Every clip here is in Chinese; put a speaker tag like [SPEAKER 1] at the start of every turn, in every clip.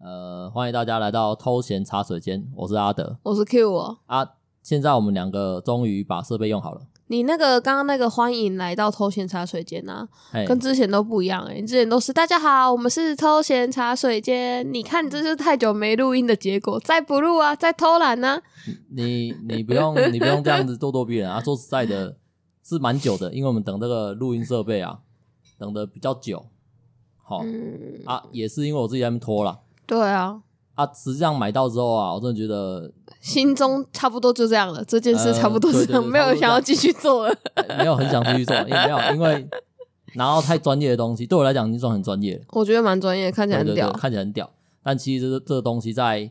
[SPEAKER 1] 呃欢迎大家来到偷闲茶水间，我是阿德
[SPEAKER 2] 我是 Q 哦，
[SPEAKER 1] 啊。现在我们两个终于把设备用好了，
[SPEAKER 2] 你那个刚刚那个欢迎来到偷闲茶水间啊，
[SPEAKER 1] 哎，
[SPEAKER 2] 跟之前都不一样哎、你之前都是大家好，我们是偷闲茶水间，你看这就是太久没录音的结果，再不录啊，再偷懒呢、
[SPEAKER 1] 你你不 用你不用这样子咄咄逼人啊。说实在的，是蛮久的，因为我们等这个录音设备啊，等的比较久。好、
[SPEAKER 2] 嗯，
[SPEAKER 1] 啊，也是因为我自己在那边拖了
[SPEAKER 2] 对啊，
[SPEAKER 1] 啊。实际上买到之后啊，我真的觉得
[SPEAKER 2] 心中差不多就这样了，这件事差不多
[SPEAKER 1] 呃对
[SPEAKER 2] 是这样，
[SPEAKER 1] 对对
[SPEAKER 2] 没有
[SPEAKER 1] 差不多
[SPEAKER 2] 想
[SPEAKER 1] 这
[SPEAKER 2] 要
[SPEAKER 1] 样
[SPEAKER 2] 继续 做了。
[SPEAKER 1] 哎没有很想继续做，因为没有因为拿到太专业的东西，对我来讲已经算很专业了。
[SPEAKER 2] 我觉得蛮专业，看起来很
[SPEAKER 1] 对对
[SPEAKER 2] 屌
[SPEAKER 1] 对，。看起来很屌。但其实这这个东西在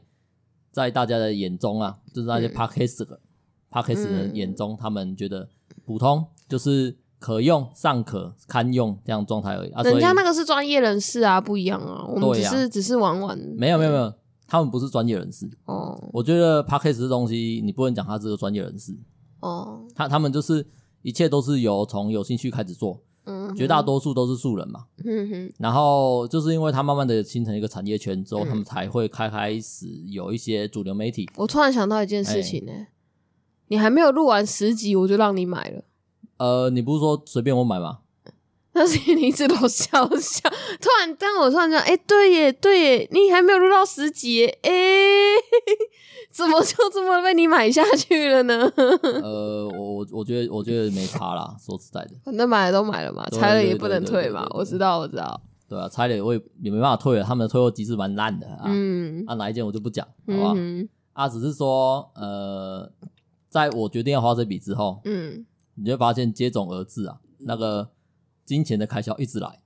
[SPEAKER 1] 在大家的眼中啊，就是那些
[SPEAKER 2] 嗯
[SPEAKER 1] podcast 的、podcast 的
[SPEAKER 2] 嗯
[SPEAKER 1] 眼中，他们觉得普通就是可用、尚可堪用这样的状态而已啊。所
[SPEAKER 2] 人
[SPEAKER 1] 以
[SPEAKER 2] 家那个是专业人士啊，不一样啊，我们
[SPEAKER 1] 对
[SPEAKER 2] 只
[SPEAKER 1] 啊
[SPEAKER 2] 是、只是玩玩。
[SPEAKER 1] 没有没有没有，他们不是专业人士。
[SPEAKER 2] 哦
[SPEAKER 1] 我觉得 podcast 这东西，你不能讲他是个专业人士，
[SPEAKER 2] 哦，
[SPEAKER 1] 他他们就是一切都是由从有兴趣开始做，
[SPEAKER 2] 嗯，
[SPEAKER 1] 绝大多数都是素人嘛。
[SPEAKER 2] 嗯哼，
[SPEAKER 1] 然后就是因为他慢慢的形成一个产业圈之后，
[SPEAKER 2] 嗯
[SPEAKER 1] 他们才会开开始有一些主流媒体
[SPEAKER 2] 我突然想到一件
[SPEAKER 1] 哎
[SPEAKER 2] 事情呢、你还没有录完十集，我就让你买了。
[SPEAKER 1] 呃，你不是说随便我买吗？
[SPEAKER 2] 但是你一直都笑笑，突然，但我突然想，哎、对耶，对耶，你还没有录到十集耶，哎、 怎么就这么被你买下去了呢？
[SPEAKER 1] 呃，我我我觉得我觉得没差啦，说实在的，
[SPEAKER 2] 反正买了都买了嘛，
[SPEAKER 1] 对
[SPEAKER 2] 拆了
[SPEAKER 1] 对
[SPEAKER 2] 也
[SPEAKER 1] 对
[SPEAKER 2] 不能
[SPEAKER 1] 对
[SPEAKER 2] 退
[SPEAKER 1] 对
[SPEAKER 2] 嘛
[SPEAKER 1] 对。对
[SPEAKER 2] 我知道，我知道，
[SPEAKER 1] 对啊，拆了我也也没办法退了，他们的退货机制蛮烂的啊。
[SPEAKER 2] 嗯
[SPEAKER 1] 啊，哪一件我就不讲，好
[SPEAKER 2] 嗯
[SPEAKER 1] 吧？
[SPEAKER 2] 哼
[SPEAKER 1] 啊，只是说，呃，在我决定要花这笔之后，
[SPEAKER 2] 嗯，
[SPEAKER 1] 你就会发现接踵而至啊，那个金钱的开销一直来，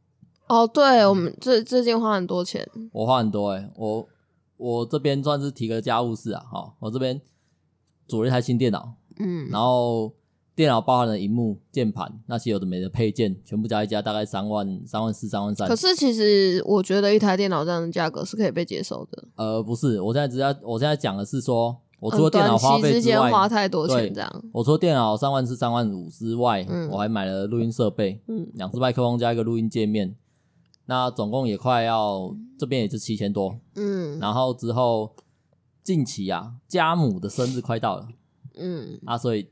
[SPEAKER 2] 哦，对我
[SPEAKER 1] 嗯
[SPEAKER 2] 们最最近花很多钱，
[SPEAKER 1] 我花很多哎、我我这边算是提个家务事啊，哈、我这边组了一台新电脑，
[SPEAKER 2] 嗯
[SPEAKER 1] 然后电脑包含了荧幕、键盘那些有的没的配件，全部加一加，大概三万、三万四、三万三
[SPEAKER 2] 可。是其实我觉得一台电脑这样的价格是可以被接受的。
[SPEAKER 1] 呃，不是，我现在只要我现在讲的是说，我除了
[SPEAKER 2] 嗯，
[SPEAKER 1] 电脑
[SPEAKER 2] 短
[SPEAKER 1] 花
[SPEAKER 2] 期
[SPEAKER 1] 费
[SPEAKER 2] 之间
[SPEAKER 1] 外，
[SPEAKER 2] 花太多
[SPEAKER 1] 对
[SPEAKER 2] 钱这样，
[SPEAKER 1] 我除了电脑三万四、三万五之外，
[SPEAKER 2] 嗯
[SPEAKER 1] 我还买了录音设备，
[SPEAKER 2] 嗯
[SPEAKER 1] 两只麦克风加一个录音界面，那总共也快要这边也是七千多。
[SPEAKER 2] 嗯
[SPEAKER 1] 然后之后近期啊，家母的生日快到了
[SPEAKER 2] 嗯，
[SPEAKER 1] 啊，所以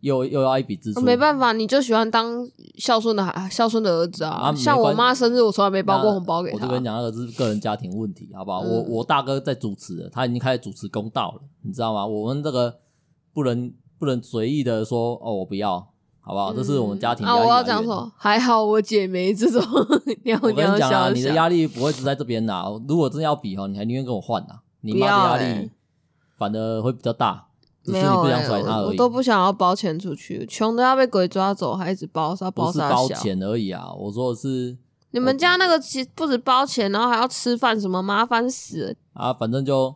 [SPEAKER 1] 又又要一笔支出，
[SPEAKER 2] 哦没办法，你就喜欢当孝顺的孩，孝顺的儿子
[SPEAKER 1] 啊
[SPEAKER 2] 啊。
[SPEAKER 1] 没
[SPEAKER 2] 像我
[SPEAKER 1] 关
[SPEAKER 2] 妈生日，我从来没包过红包给
[SPEAKER 1] 我
[SPEAKER 2] 她
[SPEAKER 1] 就。跟你讲，那个是个人家庭问题，好不好？
[SPEAKER 2] 嗯
[SPEAKER 1] 我我大哥在主持了，他已经开始主持公道了，你知道吗？我们这个不能不能随意的说哦，我不要，好不好？这是我们家庭
[SPEAKER 2] 啊，我要讲
[SPEAKER 1] 讲
[SPEAKER 2] 什么？还好我姐没这种尿
[SPEAKER 1] 我跟
[SPEAKER 2] 尿
[SPEAKER 1] 你讲啊，
[SPEAKER 2] 小
[SPEAKER 1] 你的
[SPEAKER 2] 小。
[SPEAKER 1] 压力不会只在这边呐、如果真的要比哦，你还宁愿跟我换呐、你
[SPEAKER 2] 不要
[SPEAKER 1] 妈的压
[SPEAKER 2] 欸
[SPEAKER 1] 力反而会比较大，只是
[SPEAKER 2] 没
[SPEAKER 1] 你
[SPEAKER 2] 有
[SPEAKER 1] 不想
[SPEAKER 2] 欸、
[SPEAKER 1] 甩他
[SPEAKER 2] 我
[SPEAKER 1] 而
[SPEAKER 2] 我
[SPEAKER 1] 已。
[SPEAKER 2] 都不想要包钱出去，穷的要被鬼抓走，还一直包啥
[SPEAKER 1] 不
[SPEAKER 2] 包
[SPEAKER 1] 是
[SPEAKER 2] 啥
[SPEAKER 1] 包
[SPEAKER 2] 小。
[SPEAKER 1] 钱哦而已啊，我说的是
[SPEAKER 2] 你们家那个其实不止包钱，然后还要吃饭什么，麻烦死了。
[SPEAKER 1] 啊，反正就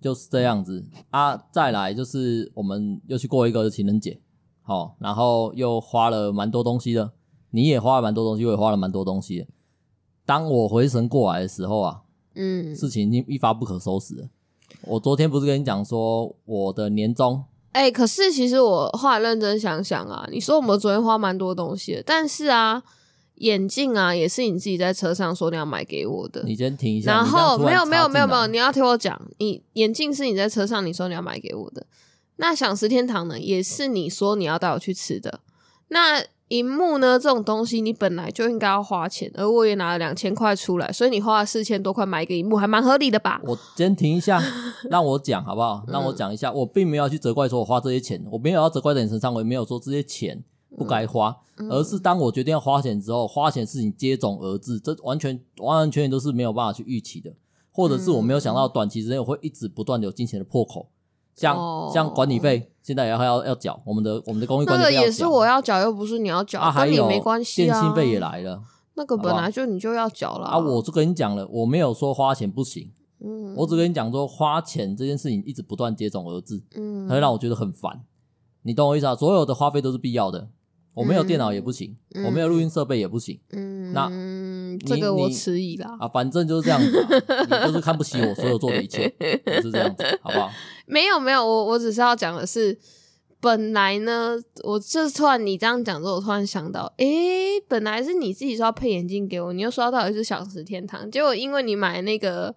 [SPEAKER 1] 就是这样子啊。再来就是我们又去过一个情人节，好、然后又花了蛮多东西的，你也花了蛮多东西，我也花了蛮多东西的。当我回神过来的时候啊，
[SPEAKER 2] 嗯，
[SPEAKER 1] 事情已经一发不可收拾了。我昨天不是跟你讲说我的年终，
[SPEAKER 2] 哎、可是其实我后来认真想想啊，你说我们昨天花蛮多东西的，但是啊，眼镜啊也是你自己在车上说你要买给我的，
[SPEAKER 1] 你先停一下。
[SPEAKER 2] 然
[SPEAKER 1] 你这样
[SPEAKER 2] 后
[SPEAKER 1] 突
[SPEAKER 2] 没有
[SPEAKER 1] 插
[SPEAKER 2] 没有没有
[SPEAKER 1] 进
[SPEAKER 2] 没有，
[SPEAKER 1] 来
[SPEAKER 2] 你要听我讲，你眼镜是你在车上你说你要买给我的，那想食天堂呢也是你说你要带我去吃的，那荧幕呢这种东西你本来就应该要花钱，而我也拿了两千块出来，所以你花了四千多块买一个荧幕，还蛮合理的吧？
[SPEAKER 1] 我先停一 下，让我讲好不好？让
[SPEAKER 2] 嗯
[SPEAKER 1] 我讲一下，我并没有去责怪说我花这些钱，我没有要责怪在你身上，我也没有说这些钱不该花，而
[SPEAKER 2] 嗯
[SPEAKER 1] 是当我决定要花钱之后，花钱事情接踵而至，这完全完完全全都是没有办法去预期的，或者是我没有想到
[SPEAKER 2] 嗯
[SPEAKER 1] 短期之内我会一直不断的有金钱的破口，像、
[SPEAKER 2] 哦
[SPEAKER 1] 像管理费现在也要要要缴，我们的我们的公寓
[SPEAKER 2] 那
[SPEAKER 1] 管理
[SPEAKER 2] 个
[SPEAKER 1] 费要
[SPEAKER 2] 也是
[SPEAKER 1] 缴。
[SPEAKER 2] 我要缴，又不是你要缴，
[SPEAKER 1] 啊，还
[SPEAKER 2] 跟你
[SPEAKER 1] 有
[SPEAKER 2] 没关系啊。
[SPEAKER 1] 电信费也来了
[SPEAKER 2] 那个本来就你就要缴了
[SPEAKER 1] 啊！我就跟你讲了，我没有说花钱不行，
[SPEAKER 2] 嗯
[SPEAKER 1] 我只跟你讲说花钱这件事情一直不断接踵而至，
[SPEAKER 2] 嗯
[SPEAKER 1] 它会让我觉得很烦。你懂我意思啊？所有的花费都是必要的，我没有电脑也不行，
[SPEAKER 2] 嗯
[SPEAKER 1] 我没有录音设备也不行
[SPEAKER 2] 嗯
[SPEAKER 1] 那
[SPEAKER 2] 这个
[SPEAKER 1] 你
[SPEAKER 2] 我
[SPEAKER 1] 你
[SPEAKER 2] 迟疑啦，
[SPEAKER 1] 啊，反正就是这样子、啊，你就是看不起 我所有做的一 切，就是这样子，好不好？
[SPEAKER 2] 没有没有，我我只是要讲的是，本来呢，我这突然你这样讲之后，我突然想到，诶，本来是你自己说要配眼镜给我，你又说到底是想食天堂，结果因为你买那个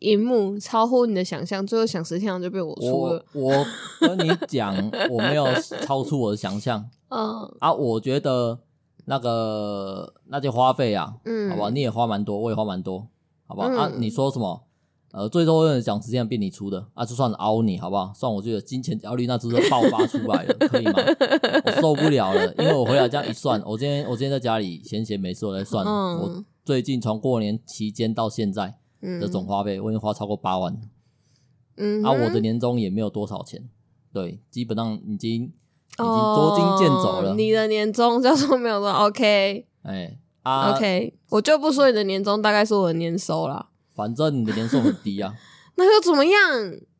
[SPEAKER 3] 荧幕超乎你的想象，最后想十天堂就被我出
[SPEAKER 1] 我
[SPEAKER 3] 了。
[SPEAKER 1] 我跟你讲，我没有超出我的想象
[SPEAKER 3] 嗯
[SPEAKER 1] 啊！我觉得那个那些花费啊，
[SPEAKER 3] 嗯，
[SPEAKER 1] 好吧，你也花蛮多，我也花蛮多，好吧？啊，
[SPEAKER 3] 嗯
[SPEAKER 1] 你说什么？呃，最多人讲时间变你出的啊，就算凹你，好不好？算我觉得金钱焦虑那只是爆发出来了，可以吗？我受不了了，因为我回来这样一算，我今天我今天在家里闲闲没事，我在算、
[SPEAKER 3] 嗯
[SPEAKER 1] 我最近从过年期间到现在
[SPEAKER 3] 嗯
[SPEAKER 1] 的总花费，我已经花超过八万了，
[SPEAKER 3] 嗯
[SPEAKER 1] 啊，
[SPEAKER 3] 哼
[SPEAKER 1] 我的年终也没有多少钱，对，基本上已经已经捉襟见肘了
[SPEAKER 3] 哦，你的年终叫做没有说 OK
[SPEAKER 1] 哎、啊
[SPEAKER 3] OK，我就不说你的年终大概是我的年收啦。
[SPEAKER 1] 反正你的年收很低啊，
[SPEAKER 3] 那又怎么样？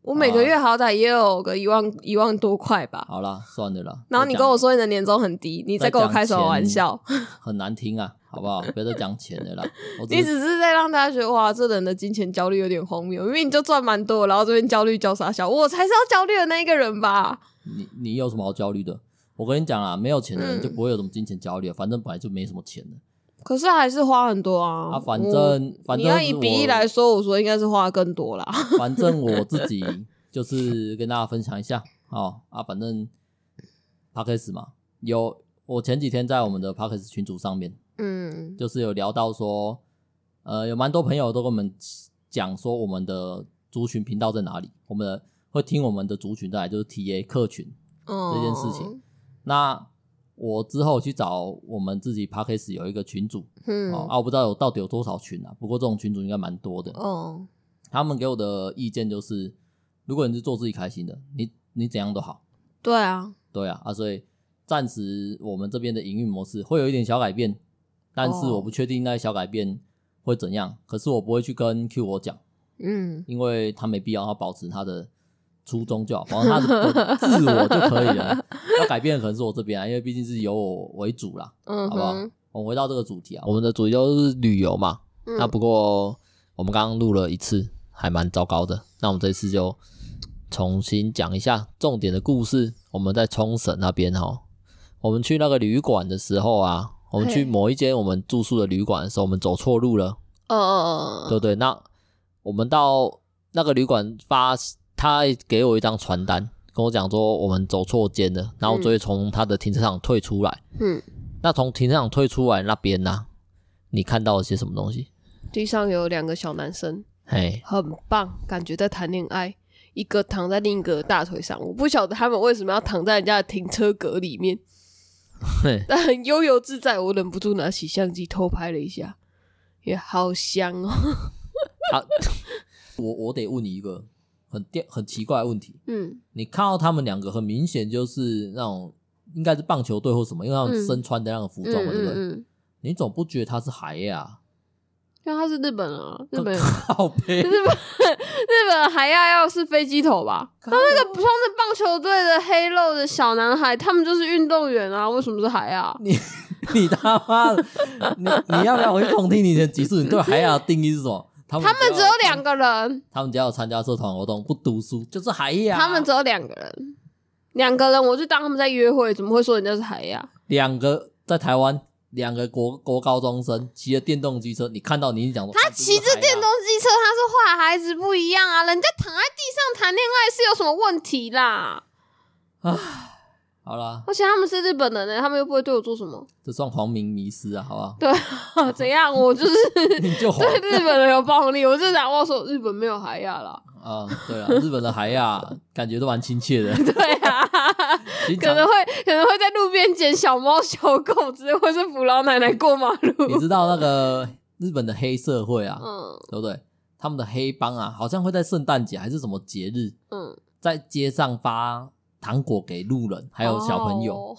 [SPEAKER 3] 我每个月好歹也有个一
[SPEAKER 1] 嗯
[SPEAKER 3] 万一万多块吧。
[SPEAKER 1] 好啦，算了啦。
[SPEAKER 3] 然后
[SPEAKER 1] 再
[SPEAKER 3] 你
[SPEAKER 1] 讲
[SPEAKER 3] 跟我说你的年终很低，你在跟我开什么玩笑？
[SPEAKER 1] 很难听啊，好不好？不要再讲钱 了啦。我只
[SPEAKER 3] 你
[SPEAKER 1] 是
[SPEAKER 3] 只是在让大家觉得哇，这人的金钱焦虑有点荒谬，因为你就赚蛮多，然后这边焦虑焦啥小，我才是要焦虑的那一个人吧？
[SPEAKER 1] 你你有什么好焦虑的？我跟你讲啊，没有钱的人
[SPEAKER 3] 嗯
[SPEAKER 1] 就不会有什么金钱焦虑、啊，反正本来就没什么钱的
[SPEAKER 3] 可是还是花很多啊。
[SPEAKER 1] 啊。反
[SPEAKER 3] 我
[SPEAKER 1] 正反
[SPEAKER 3] 你
[SPEAKER 1] 正
[SPEAKER 3] 要
[SPEAKER 1] 是
[SPEAKER 3] 以
[SPEAKER 1] 我
[SPEAKER 3] 比例来，说，我说应该是花更多啦。
[SPEAKER 1] 反正我自己就是跟大家分享一下哦啊，反正 p a c k a g e 嘛，有我前几天在我们的 p a c k a g e 群组上面，
[SPEAKER 3] 嗯
[SPEAKER 1] 就是有聊到说，呃，有蛮多朋友都跟我们讲说我们的族群频道在哪里，我们的会听我们的族群，再来就是 TA 客群。
[SPEAKER 3] 哦
[SPEAKER 1] 这件事情，那我之后去找我们自己 p a c k a s 有一个群组、
[SPEAKER 3] 嗯
[SPEAKER 1] 哦，啊，我不知道有到底有多少群啊，不过这种群组应该蛮多的。
[SPEAKER 3] 哦，
[SPEAKER 1] 他们给我的意见就是，如果你是做自己开心的，你你怎样都好，
[SPEAKER 3] 对啊，
[SPEAKER 1] 对啊，啊，所以暂时我们这边的营运模式会有一点小改变，但是
[SPEAKER 3] 哦
[SPEAKER 1] 我不确定那小改变会怎样，可是我不会去跟 Q 我讲，
[SPEAKER 3] 嗯
[SPEAKER 1] 因为他没必要，他保持他的初衷就好，保持他 的自我就可以了。要改变的可能是我这边啊，因为毕竟是由我为主啦，
[SPEAKER 3] 嗯，
[SPEAKER 1] 好不好？我们回到这个主题啊，我们的主题就是旅游嘛。
[SPEAKER 3] 嗯
[SPEAKER 1] 那不过我们刚刚录了一次，还蛮糟糕的。那我们这次就重新讲一下重点的故事。我们在冲绳那边哈，我们去那个旅馆的时候啊，我们去
[SPEAKER 3] 嘿
[SPEAKER 1] 某一间我们住宿的旅馆的时候，我们走错路了。
[SPEAKER 3] 呃呃
[SPEAKER 1] 对
[SPEAKER 3] 呃，
[SPEAKER 1] 不对？那我们到那个旅馆发，他给我一张传单，跟我讲说我们走错间了，然后我就会从他的停车场退出来。
[SPEAKER 3] 嗯，
[SPEAKER 1] 那从停车场退出来那边呢、你看到了些什么东西？
[SPEAKER 3] 地上有两个小男生，
[SPEAKER 1] 嘿，
[SPEAKER 3] 很棒，感觉在谈恋爱。一个躺在另一个的大腿上，我不晓得他们为什么要躺在人家的停车格里面，
[SPEAKER 1] 嘿
[SPEAKER 3] 但很悠游自在。我忍不住拿起相机偷拍了一下，也好香哦。
[SPEAKER 1] 啊，我我得问你一个很电很奇怪的问题，
[SPEAKER 3] 嗯，
[SPEAKER 1] 你看到他们两个，很明显就是那种应该是棒球队或什么，因为他们
[SPEAKER 3] 嗯
[SPEAKER 1] 身穿的那个服
[SPEAKER 3] 嗯
[SPEAKER 1] 装嘛，对不
[SPEAKER 3] 嗯
[SPEAKER 1] 对？
[SPEAKER 3] 嗯，
[SPEAKER 1] 你总不觉得他是海呀、
[SPEAKER 3] 因为他是日本人
[SPEAKER 1] 哦
[SPEAKER 3] 啊，日本人，
[SPEAKER 1] 靠背，
[SPEAKER 3] 日本日本还要要是飞机头吧？
[SPEAKER 1] 他那
[SPEAKER 3] 穿着棒球队的黑肉的小男孩，他们就是运动员啊，为什么是海啊？
[SPEAKER 1] 你你他妈的，你你要不要回去重听你的集数？你对海雅的定义是什么？他们
[SPEAKER 3] 他
[SPEAKER 1] 他
[SPEAKER 3] 们只有两，个人，
[SPEAKER 1] 他们只要有参加社团活动，不读书就是海雅。
[SPEAKER 3] 他们只有两个人，两个人我就当他们在约会，怎么会说人家是海
[SPEAKER 1] 哦
[SPEAKER 3] 呀、
[SPEAKER 1] 两个在台湾，两个国国高中生骑着电动机车，你看到你一定讲说
[SPEAKER 3] 他
[SPEAKER 1] 啊
[SPEAKER 3] 骑着
[SPEAKER 1] 这就是海雅
[SPEAKER 3] 电动机车，他是坏孩子不一样啊，人家躺在地上谈恋爱是有什么问题啦？
[SPEAKER 1] 好啦，
[SPEAKER 3] 而且他们是日本人呢、欸他们又不会对我做什么，
[SPEAKER 1] 这算皇民迷失啊，好不 好？
[SPEAKER 3] 对啊，怎样？我就是
[SPEAKER 1] 你就皇
[SPEAKER 3] 对日本人有暴力，我就想我说日本没有海亚啦，
[SPEAKER 1] 啊，对啊， 日本的海雅感觉都蛮亲切的，
[SPEAKER 3] 对啊。
[SPEAKER 1] 经
[SPEAKER 3] 可
[SPEAKER 1] 常
[SPEAKER 3] 能会可能会在路边捡小猫小狗之类，或是扶老奶奶过马
[SPEAKER 1] 你
[SPEAKER 3] 路。
[SPEAKER 1] 知道那个日本的黑社会啊，
[SPEAKER 3] 嗯
[SPEAKER 1] 对不对？他们的黑帮啊，好像会在圣诞节还是什么节日，
[SPEAKER 3] 嗯，
[SPEAKER 1] 在街上发糖果给路人，还有小朋友。
[SPEAKER 3] 哦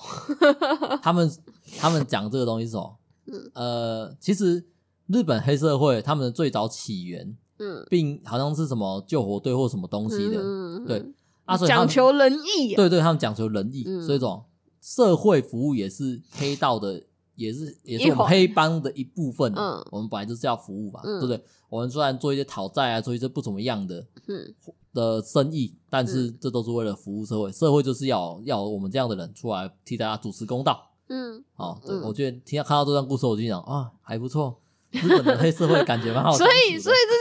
[SPEAKER 1] 他们他们讲这个东西是什么？
[SPEAKER 3] 嗯
[SPEAKER 1] 呃，其实日本黑社会他们的最早起源，
[SPEAKER 3] 嗯，
[SPEAKER 1] 并好像是什么救火队或什么东西的、
[SPEAKER 3] 嗯
[SPEAKER 1] 对啊，所以他
[SPEAKER 3] 讲
[SPEAKER 1] 们
[SPEAKER 3] 求仁义啊。
[SPEAKER 1] 对对，他们讲求仁义，
[SPEAKER 3] 嗯
[SPEAKER 1] 所以这种社会服务也是黑道的，也是也是我
[SPEAKER 3] 一
[SPEAKER 1] 们
[SPEAKER 3] 环
[SPEAKER 1] 黑帮的一部分啊。
[SPEAKER 3] 嗯
[SPEAKER 1] 我们本来就是要服务嘛，
[SPEAKER 3] 嗯
[SPEAKER 1] 对不对？我们虽然做一些讨债啊，做一些不怎么样的，
[SPEAKER 3] 嗯
[SPEAKER 1] 的生意，但是这都是为了服务社会，社会就是要要我们这样的人出来替大家主持公道。
[SPEAKER 3] 嗯
[SPEAKER 1] 哦，对，
[SPEAKER 3] 嗯
[SPEAKER 1] 我觉得听到看到这段故事，我就想啊，还不错，日本的黑社会感觉蛮好相
[SPEAKER 3] 所
[SPEAKER 1] 处的。
[SPEAKER 3] 以，所以这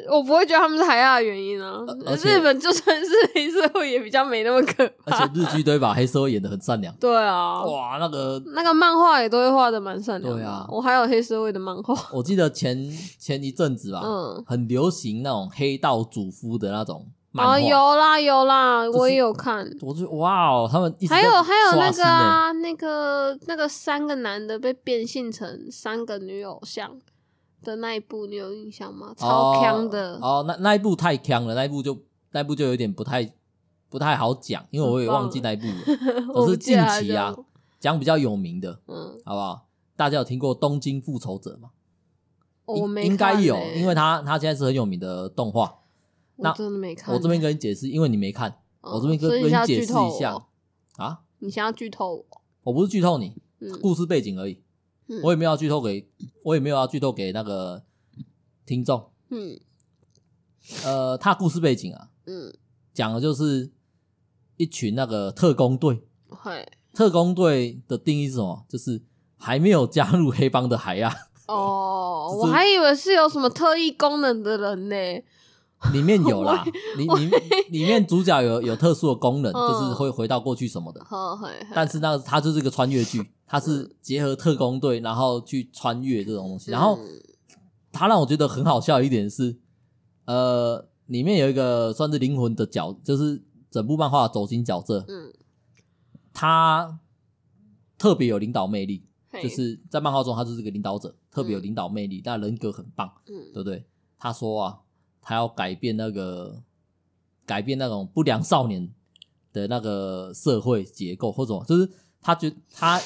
[SPEAKER 3] 就是我不会觉得他们是海亚的原因啊
[SPEAKER 1] 呃而。且
[SPEAKER 3] 日本就算是黑社会，也比较没那么可
[SPEAKER 1] 而
[SPEAKER 3] 怕
[SPEAKER 1] 且。日剧都会把黑社会演得很善良。
[SPEAKER 3] 对啊，
[SPEAKER 1] 哇，那个
[SPEAKER 3] 那个漫画也都会画的蛮善良的。
[SPEAKER 1] 对啊
[SPEAKER 3] 我还有黑社会的漫画。
[SPEAKER 1] 我记得前前一阵子吧，
[SPEAKER 3] 嗯
[SPEAKER 1] 很流行那种黑道主夫的那种漫画。
[SPEAKER 3] 啊，有啦有啦，
[SPEAKER 1] 是
[SPEAKER 3] 我也有看。
[SPEAKER 1] 我就哇哦，他们一直在
[SPEAKER 3] 还有还有
[SPEAKER 1] 刷
[SPEAKER 3] 那
[SPEAKER 1] 新
[SPEAKER 3] 个
[SPEAKER 1] 欸
[SPEAKER 3] 啊，那个那个三个男的被变性成三个女偶像的那一部，你有印象吗？超强的，
[SPEAKER 1] 哦，哦那那一部太强了，那一部就那一部就有点不太不太好讲，因为我也忘记那一部 了。
[SPEAKER 3] 我
[SPEAKER 1] 可
[SPEAKER 3] 不
[SPEAKER 1] 是
[SPEAKER 3] 记
[SPEAKER 1] 近
[SPEAKER 3] 得他
[SPEAKER 1] 期啊
[SPEAKER 3] 叫，
[SPEAKER 1] 讲比较有名的，
[SPEAKER 3] 嗯，
[SPEAKER 1] 好不好？大家有听过《东京复仇者》吗？
[SPEAKER 3] 哦我
[SPEAKER 1] 应
[SPEAKER 3] 没
[SPEAKER 1] 应该
[SPEAKER 3] 看
[SPEAKER 1] 有，
[SPEAKER 3] 欸
[SPEAKER 1] 因为他他现在是很有名的动画。那
[SPEAKER 3] 我真的没看欸。
[SPEAKER 1] 我这边跟你解释，因为你没看，
[SPEAKER 3] 嗯
[SPEAKER 1] 我这边跟
[SPEAKER 3] 所
[SPEAKER 1] 跟
[SPEAKER 3] 以你
[SPEAKER 1] 你
[SPEAKER 3] 要
[SPEAKER 1] 解
[SPEAKER 3] 剧
[SPEAKER 1] 释
[SPEAKER 3] 透哦
[SPEAKER 1] 一
[SPEAKER 3] 我
[SPEAKER 1] 下，啊，
[SPEAKER 3] 你想要剧透哦我？
[SPEAKER 1] 我不是剧透你，
[SPEAKER 3] 嗯
[SPEAKER 1] 故事背景而已，
[SPEAKER 3] 嗯
[SPEAKER 1] 我也没有要剧透给，我也没有要剧透给那个听众。
[SPEAKER 3] 嗯
[SPEAKER 1] 呃，他故事背景啊，
[SPEAKER 3] 嗯，
[SPEAKER 1] 讲的就是一群那个特工队。
[SPEAKER 3] 嘿，
[SPEAKER 1] 特工队的定义是什么？就是还没有加入黑帮的海亚，
[SPEAKER 3] 哦，
[SPEAKER 1] 只
[SPEAKER 3] 我
[SPEAKER 1] 是
[SPEAKER 3] 还以为是有什么特异功能的人呢。
[SPEAKER 1] 里面有啦，里
[SPEAKER 3] 我
[SPEAKER 1] 里里面主角有有特殊的功能，
[SPEAKER 3] 嗯
[SPEAKER 1] 就是会回到过去什么的。
[SPEAKER 3] 呵嘿嘿，
[SPEAKER 1] 但是那个它就是一个穿越剧，它是结合特工队，然后去穿越这种东西。然后
[SPEAKER 3] 嗯
[SPEAKER 1] 它让我觉得很好笑一点是，呃，里面有一个算是灵魂的角，就是整部漫画的轴心角色，
[SPEAKER 3] 嗯，
[SPEAKER 1] 他特别有领导魅力，
[SPEAKER 3] 嘿
[SPEAKER 1] 就是在漫画中他就是个领导者，特别有领导魅力，但人格很棒，
[SPEAKER 3] 嗯
[SPEAKER 1] 对不对？他说啊，他要改变那个改变那种不良少年的那个社会结构或者什么，就是他觉他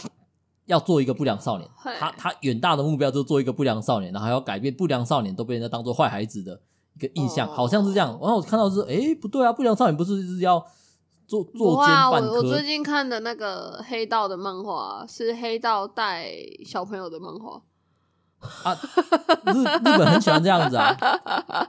[SPEAKER 1] 要做一个不良少年
[SPEAKER 3] 嘿，
[SPEAKER 1] 他他远大的目标就是做一个不良少年，然后还要改变不良少年都被人家当做坏孩子的一个印象，
[SPEAKER 3] 哦
[SPEAKER 1] 好像是这样。然后我看到是，诶，不对啊，不良少年不是是要做
[SPEAKER 3] 不
[SPEAKER 1] 做
[SPEAKER 3] 会
[SPEAKER 1] 奸
[SPEAKER 3] 啊，
[SPEAKER 1] 犯
[SPEAKER 3] 我
[SPEAKER 1] 科？
[SPEAKER 3] 我最近看的那个黑道的漫画是黑道带小朋友的漫画，
[SPEAKER 1] 啊，日日本很喜欢这样子啊，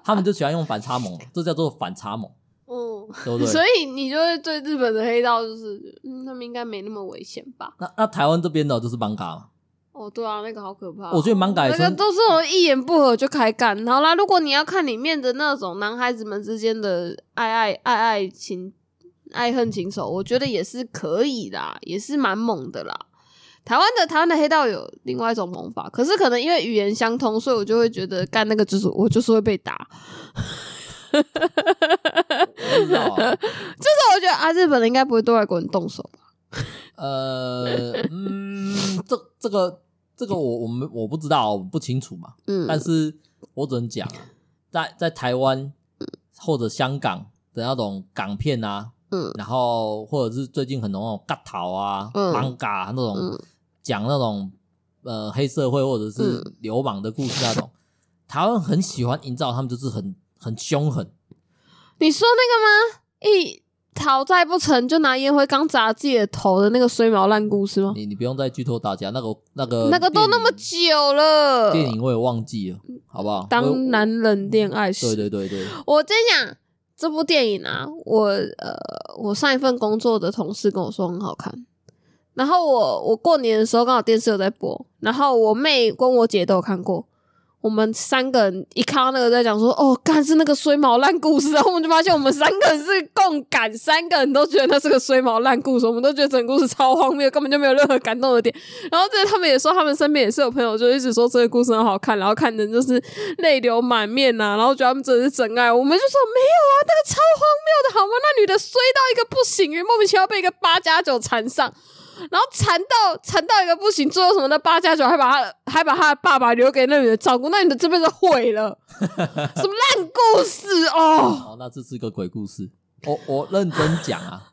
[SPEAKER 1] 他们就喜欢用反差萌，这叫做反差萌，
[SPEAKER 3] 嗯，
[SPEAKER 1] 对不对？
[SPEAKER 3] 所以你就会对日本的黑道就是，嗯，他们应该没那么危险吧？
[SPEAKER 1] 那那台湾这边的就是 manga 嘛，
[SPEAKER 3] 哦，对啊，那个好可怕哦、
[SPEAKER 1] 我觉得蛮感
[SPEAKER 3] 那
[SPEAKER 1] 人
[SPEAKER 3] 个都是我一言不合就开干。好啦，如果你要看里面的那种男孩子们之间的爱爱爱爱情爱恨情仇，我觉得也是可以啦，也是蛮猛的啦。台湾的台湾的黑道有另外一种猛法，可是可能因为语言相通，所以我就会觉得干那个就是我就是会被打。
[SPEAKER 1] 我不知道啊
[SPEAKER 3] 但我觉得啊，日本人应该不会对外国人动手吧？
[SPEAKER 1] 呃，嗯，这这个这个我我们我不知道，我不清楚嘛，
[SPEAKER 3] 嗯，
[SPEAKER 1] 但是我只能讲，在在台湾或者香港的那种港片啊，
[SPEAKER 3] 嗯
[SPEAKER 1] 然后或者是最近很多那种尬逃啊、
[SPEAKER 3] 嗯
[SPEAKER 1] 漫嘎、那种
[SPEAKER 3] 嗯
[SPEAKER 1] 讲、那种呃黑社会或者是
[SPEAKER 3] 嗯
[SPEAKER 1] 流氓的故事那种，台湾很喜欢营造他们就是很很凶狠，
[SPEAKER 3] 你说那个吗？一讨债不成就拿烟灰缸砸自己的头的那个衰毛烂故事吗？
[SPEAKER 1] 你你不用再剧透大家那个那个
[SPEAKER 3] 哦那个都那么
[SPEAKER 1] 呃电
[SPEAKER 3] 久了
[SPEAKER 1] 影，电影我也忘记了，好不好？我
[SPEAKER 3] 当男人恋爱时，
[SPEAKER 1] 对对对对，
[SPEAKER 3] 我跟你讲，这部电影啊，我呃，我上一份工作的同事跟我说很好看。然后我我过年的时候刚好电视有在播，然后我妹跟我姐都有看过。我们三个人一看到那个在讲说，哦，干是那个衰毛烂故事，然后我们就发现我们三个人是共感，三个人都觉得那是个衰毛烂故事，我们都觉得整个故事超荒谬，根本就没有任何感动的点。然后这他们也说，他们身边也是有朋友就一直说这个故事很好看，然后看的就是泪流满面呐、然后觉得他们真的是真爱。我们就说没有啊，那个超荒谬的好吗？那女的衰到一个不行，莫名其妙被一个八加九缠上，然后缠到缠到一个不行，最后什么那八加九还把他还把他的爸爸留给那女的照顾，那女的这辈子毁 了，什么烂故事哦！
[SPEAKER 1] 哦，那这是个鬼故事。我我认真讲啊，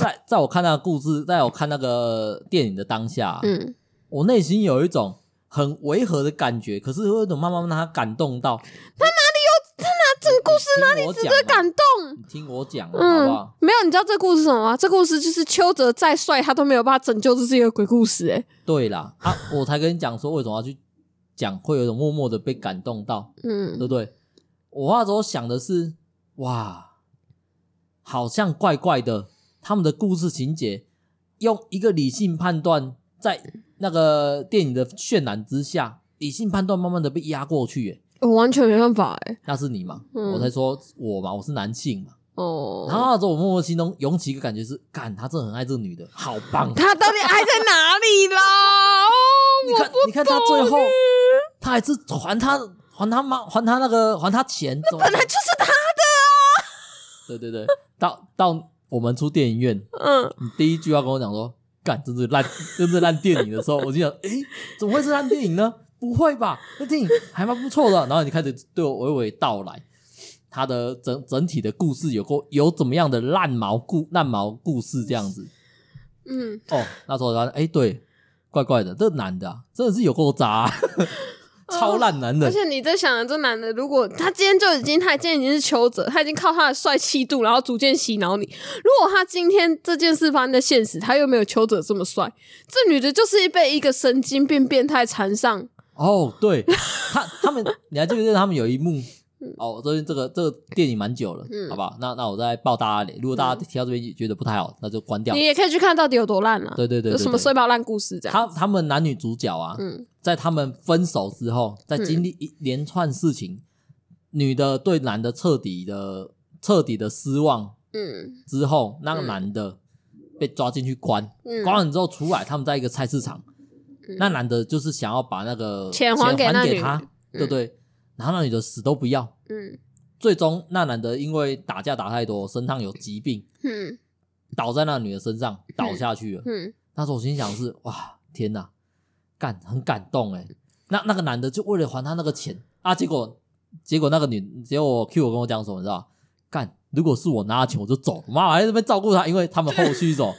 [SPEAKER 1] 在在我看那个故事，在我看那个电影的当下啊、
[SPEAKER 3] 嗯，
[SPEAKER 1] 我内心有一种很违和的感觉，可是有一种慢慢让他感动到。他哪里有？他哪整故事哪里值得
[SPEAKER 3] 感？动。
[SPEAKER 1] 啊你听我讲啊、好
[SPEAKER 3] 嗯，
[SPEAKER 1] 不好？
[SPEAKER 3] 没有，你知道这故事是什么吗？这故事就是邱泽再帅，他都没有办法拯救这是一个鬼故事、欸。
[SPEAKER 1] 对啦，啊，我才跟你讲说为什么要去讲，会有一种默默的被感动到。对
[SPEAKER 3] 嗯
[SPEAKER 1] 不对？我那时候想的是，哇，好像怪怪的，他们的故事情节用一个理性判断，在那个电影的渲染之下，理性判断慢慢的被压过去、耶
[SPEAKER 3] 我完全没办法哎、
[SPEAKER 1] 那是你嘛？
[SPEAKER 3] 嗯
[SPEAKER 1] 我才说我嘛，我是男性嘛。
[SPEAKER 3] 哦，
[SPEAKER 1] 然后那时候我默默心中涌起一个感觉是，干，他真的很爱这个女的，好棒！啊
[SPEAKER 3] 他到底爱在哪里啦？哦
[SPEAKER 1] 你看，你看他最后，他还是还他还他妈还他那个还他钱，怎么
[SPEAKER 3] 本来就是他
[SPEAKER 1] 对对对，到到我们出电影院，
[SPEAKER 3] 嗯，
[SPEAKER 1] 你第一句话跟我讲说，干，真是烂， 真是烂电影的时候，我就想，诶，怎么会是烂电影呢？不会吧，那电影还蛮不错的。然后你开始对我娓娓道来，他的整整体的故事有过有怎么样的烂毛故烂毛故事这样子。
[SPEAKER 3] 嗯，
[SPEAKER 1] 哦，那时候他，诶，对，怪怪的，这男的、啊、真的是有够渣、啊 超烂男
[SPEAKER 3] 而
[SPEAKER 1] 人。
[SPEAKER 3] 且你在想的这男的，如果他今天就已经，他今天已经是求者，他已经靠他的帅气度，然后逐渐洗脑你。如果他今天这件事发生在现实，他又没有求者这么帅，这女的就是被一个神经病变态缠上。
[SPEAKER 1] 哦，对他他们，你还记不记得他们有一幕？哦，这边这个这个电影蛮久了，
[SPEAKER 3] 嗯
[SPEAKER 1] 好不好？那那我再爆大家雷，如果大家听到这边觉得不太好，那就关掉
[SPEAKER 3] 你。也可以去看到底有多烂啊！
[SPEAKER 1] 对对对对
[SPEAKER 3] 有什么
[SPEAKER 1] 对
[SPEAKER 3] 衰包烂故事这样？
[SPEAKER 1] 他他们男女主角啊，
[SPEAKER 3] 嗯
[SPEAKER 1] 在他们分手之后，在经历一连串事情，女的对男的彻底的彻底的失望
[SPEAKER 3] 嗯
[SPEAKER 1] 之后，那个
[SPEAKER 3] 嗯
[SPEAKER 1] 男的被抓进去关，
[SPEAKER 3] 嗯，
[SPEAKER 1] 关完之后出来，他们在一个菜市场，那男的就是想要把那个
[SPEAKER 3] 钱还
[SPEAKER 1] 还
[SPEAKER 3] 给那女
[SPEAKER 1] 他，对不对？然后那女的死都不要，
[SPEAKER 3] 嗯
[SPEAKER 1] 最终那男的因为打架打太多，身上有疾病，
[SPEAKER 3] 嗯
[SPEAKER 1] 倒在那女的身上倒下去了。
[SPEAKER 3] 嗯
[SPEAKER 1] 那时候我心想的 是哇，天哪，感很感动哎。那那个男的就为了还他那个钱啊，结果结果那个女结果 Q 我跟我讲什么，你知道吧？干，如果是我拿了钱我就走，妈还在那边照顾他，因为他们后续 走。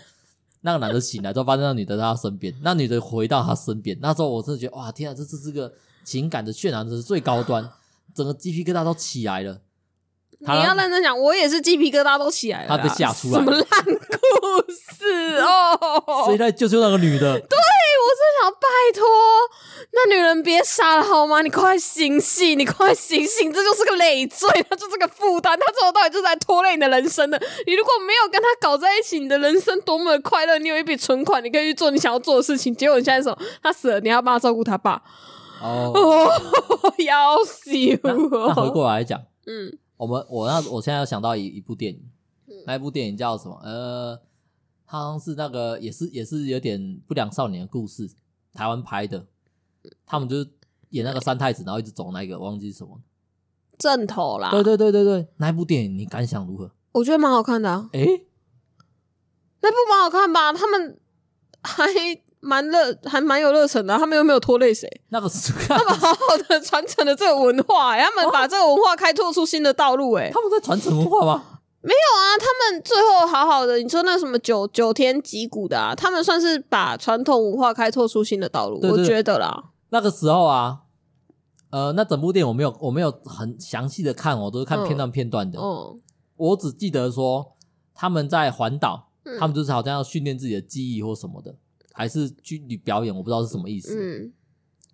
[SPEAKER 1] 那个男的醒来之后，发现那女的在他身边，那女的回到他身边。那时候我真的觉得哇，天啊，这这是个情感的渲染，这是最高 端，整个鸡皮疙瘩都起来了。
[SPEAKER 3] 你
[SPEAKER 1] 他
[SPEAKER 3] 要认真讲，我也是鸡皮疙瘩都起来了啦。
[SPEAKER 1] 他被吓出来
[SPEAKER 3] 什么烂故事 哦！
[SPEAKER 1] 谁来救救那个女 的？
[SPEAKER 3] 想拜托，那女人别傻了好吗？你快醒醒，你快醒醒，这就是个累赘，她就是个负担，她从头到尾就是来拖累你的人生的。你如果没有跟她搞在一起，你的人生多么的快乐，你有一笔存款，你可以去做你想要做的事情。结果你现在什么？她死了，你还要帮她照顾她爸，
[SPEAKER 1] 哦，
[SPEAKER 3] 哦，要 死
[SPEAKER 1] 那那回
[SPEAKER 3] 我！
[SPEAKER 1] 过来讲，
[SPEAKER 3] 嗯
[SPEAKER 1] 我们我那我现在要想到一一部电影，那一部电影叫什么？呃，它好像是那个也是也是有点不良少年的故事，台湾拍的，他们就是演那个三太子，然后一直走那个，忘记是什么。
[SPEAKER 3] 正头啦，
[SPEAKER 1] 对对对对对，那一部电影你感想如何？
[SPEAKER 3] 我觉得蛮好看
[SPEAKER 1] 呃
[SPEAKER 3] 的、啊，
[SPEAKER 1] 诶，
[SPEAKER 3] 那部蛮好看吧？他们还蛮热，还蛮有热忱的啊，他们又没有拖累谁。
[SPEAKER 1] 那个是
[SPEAKER 3] 他们好好的传承了这个文化、欸，他
[SPEAKER 1] 哦
[SPEAKER 3] 们把这个文化开拓出新的道路、欸，哎，
[SPEAKER 1] 他们在传承文化 吗？
[SPEAKER 3] 有啊，他们最后好好的，你说那什么九九天击鼓的啊，他们算是把传统文化开拓出新的道路，
[SPEAKER 1] 对对
[SPEAKER 3] 我觉得啦，
[SPEAKER 1] 那个时候啊，呃，那整部电影我没有我没有很详细的看，我都是看片段片段的。
[SPEAKER 3] 嗯
[SPEAKER 1] 我只记得说他们在环岛，
[SPEAKER 3] 嗯
[SPEAKER 1] 他们就是好像要训练自己的记忆或什么的，还是去旅表演，我不知道是什么意思。
[SPEAKER 3] 嗯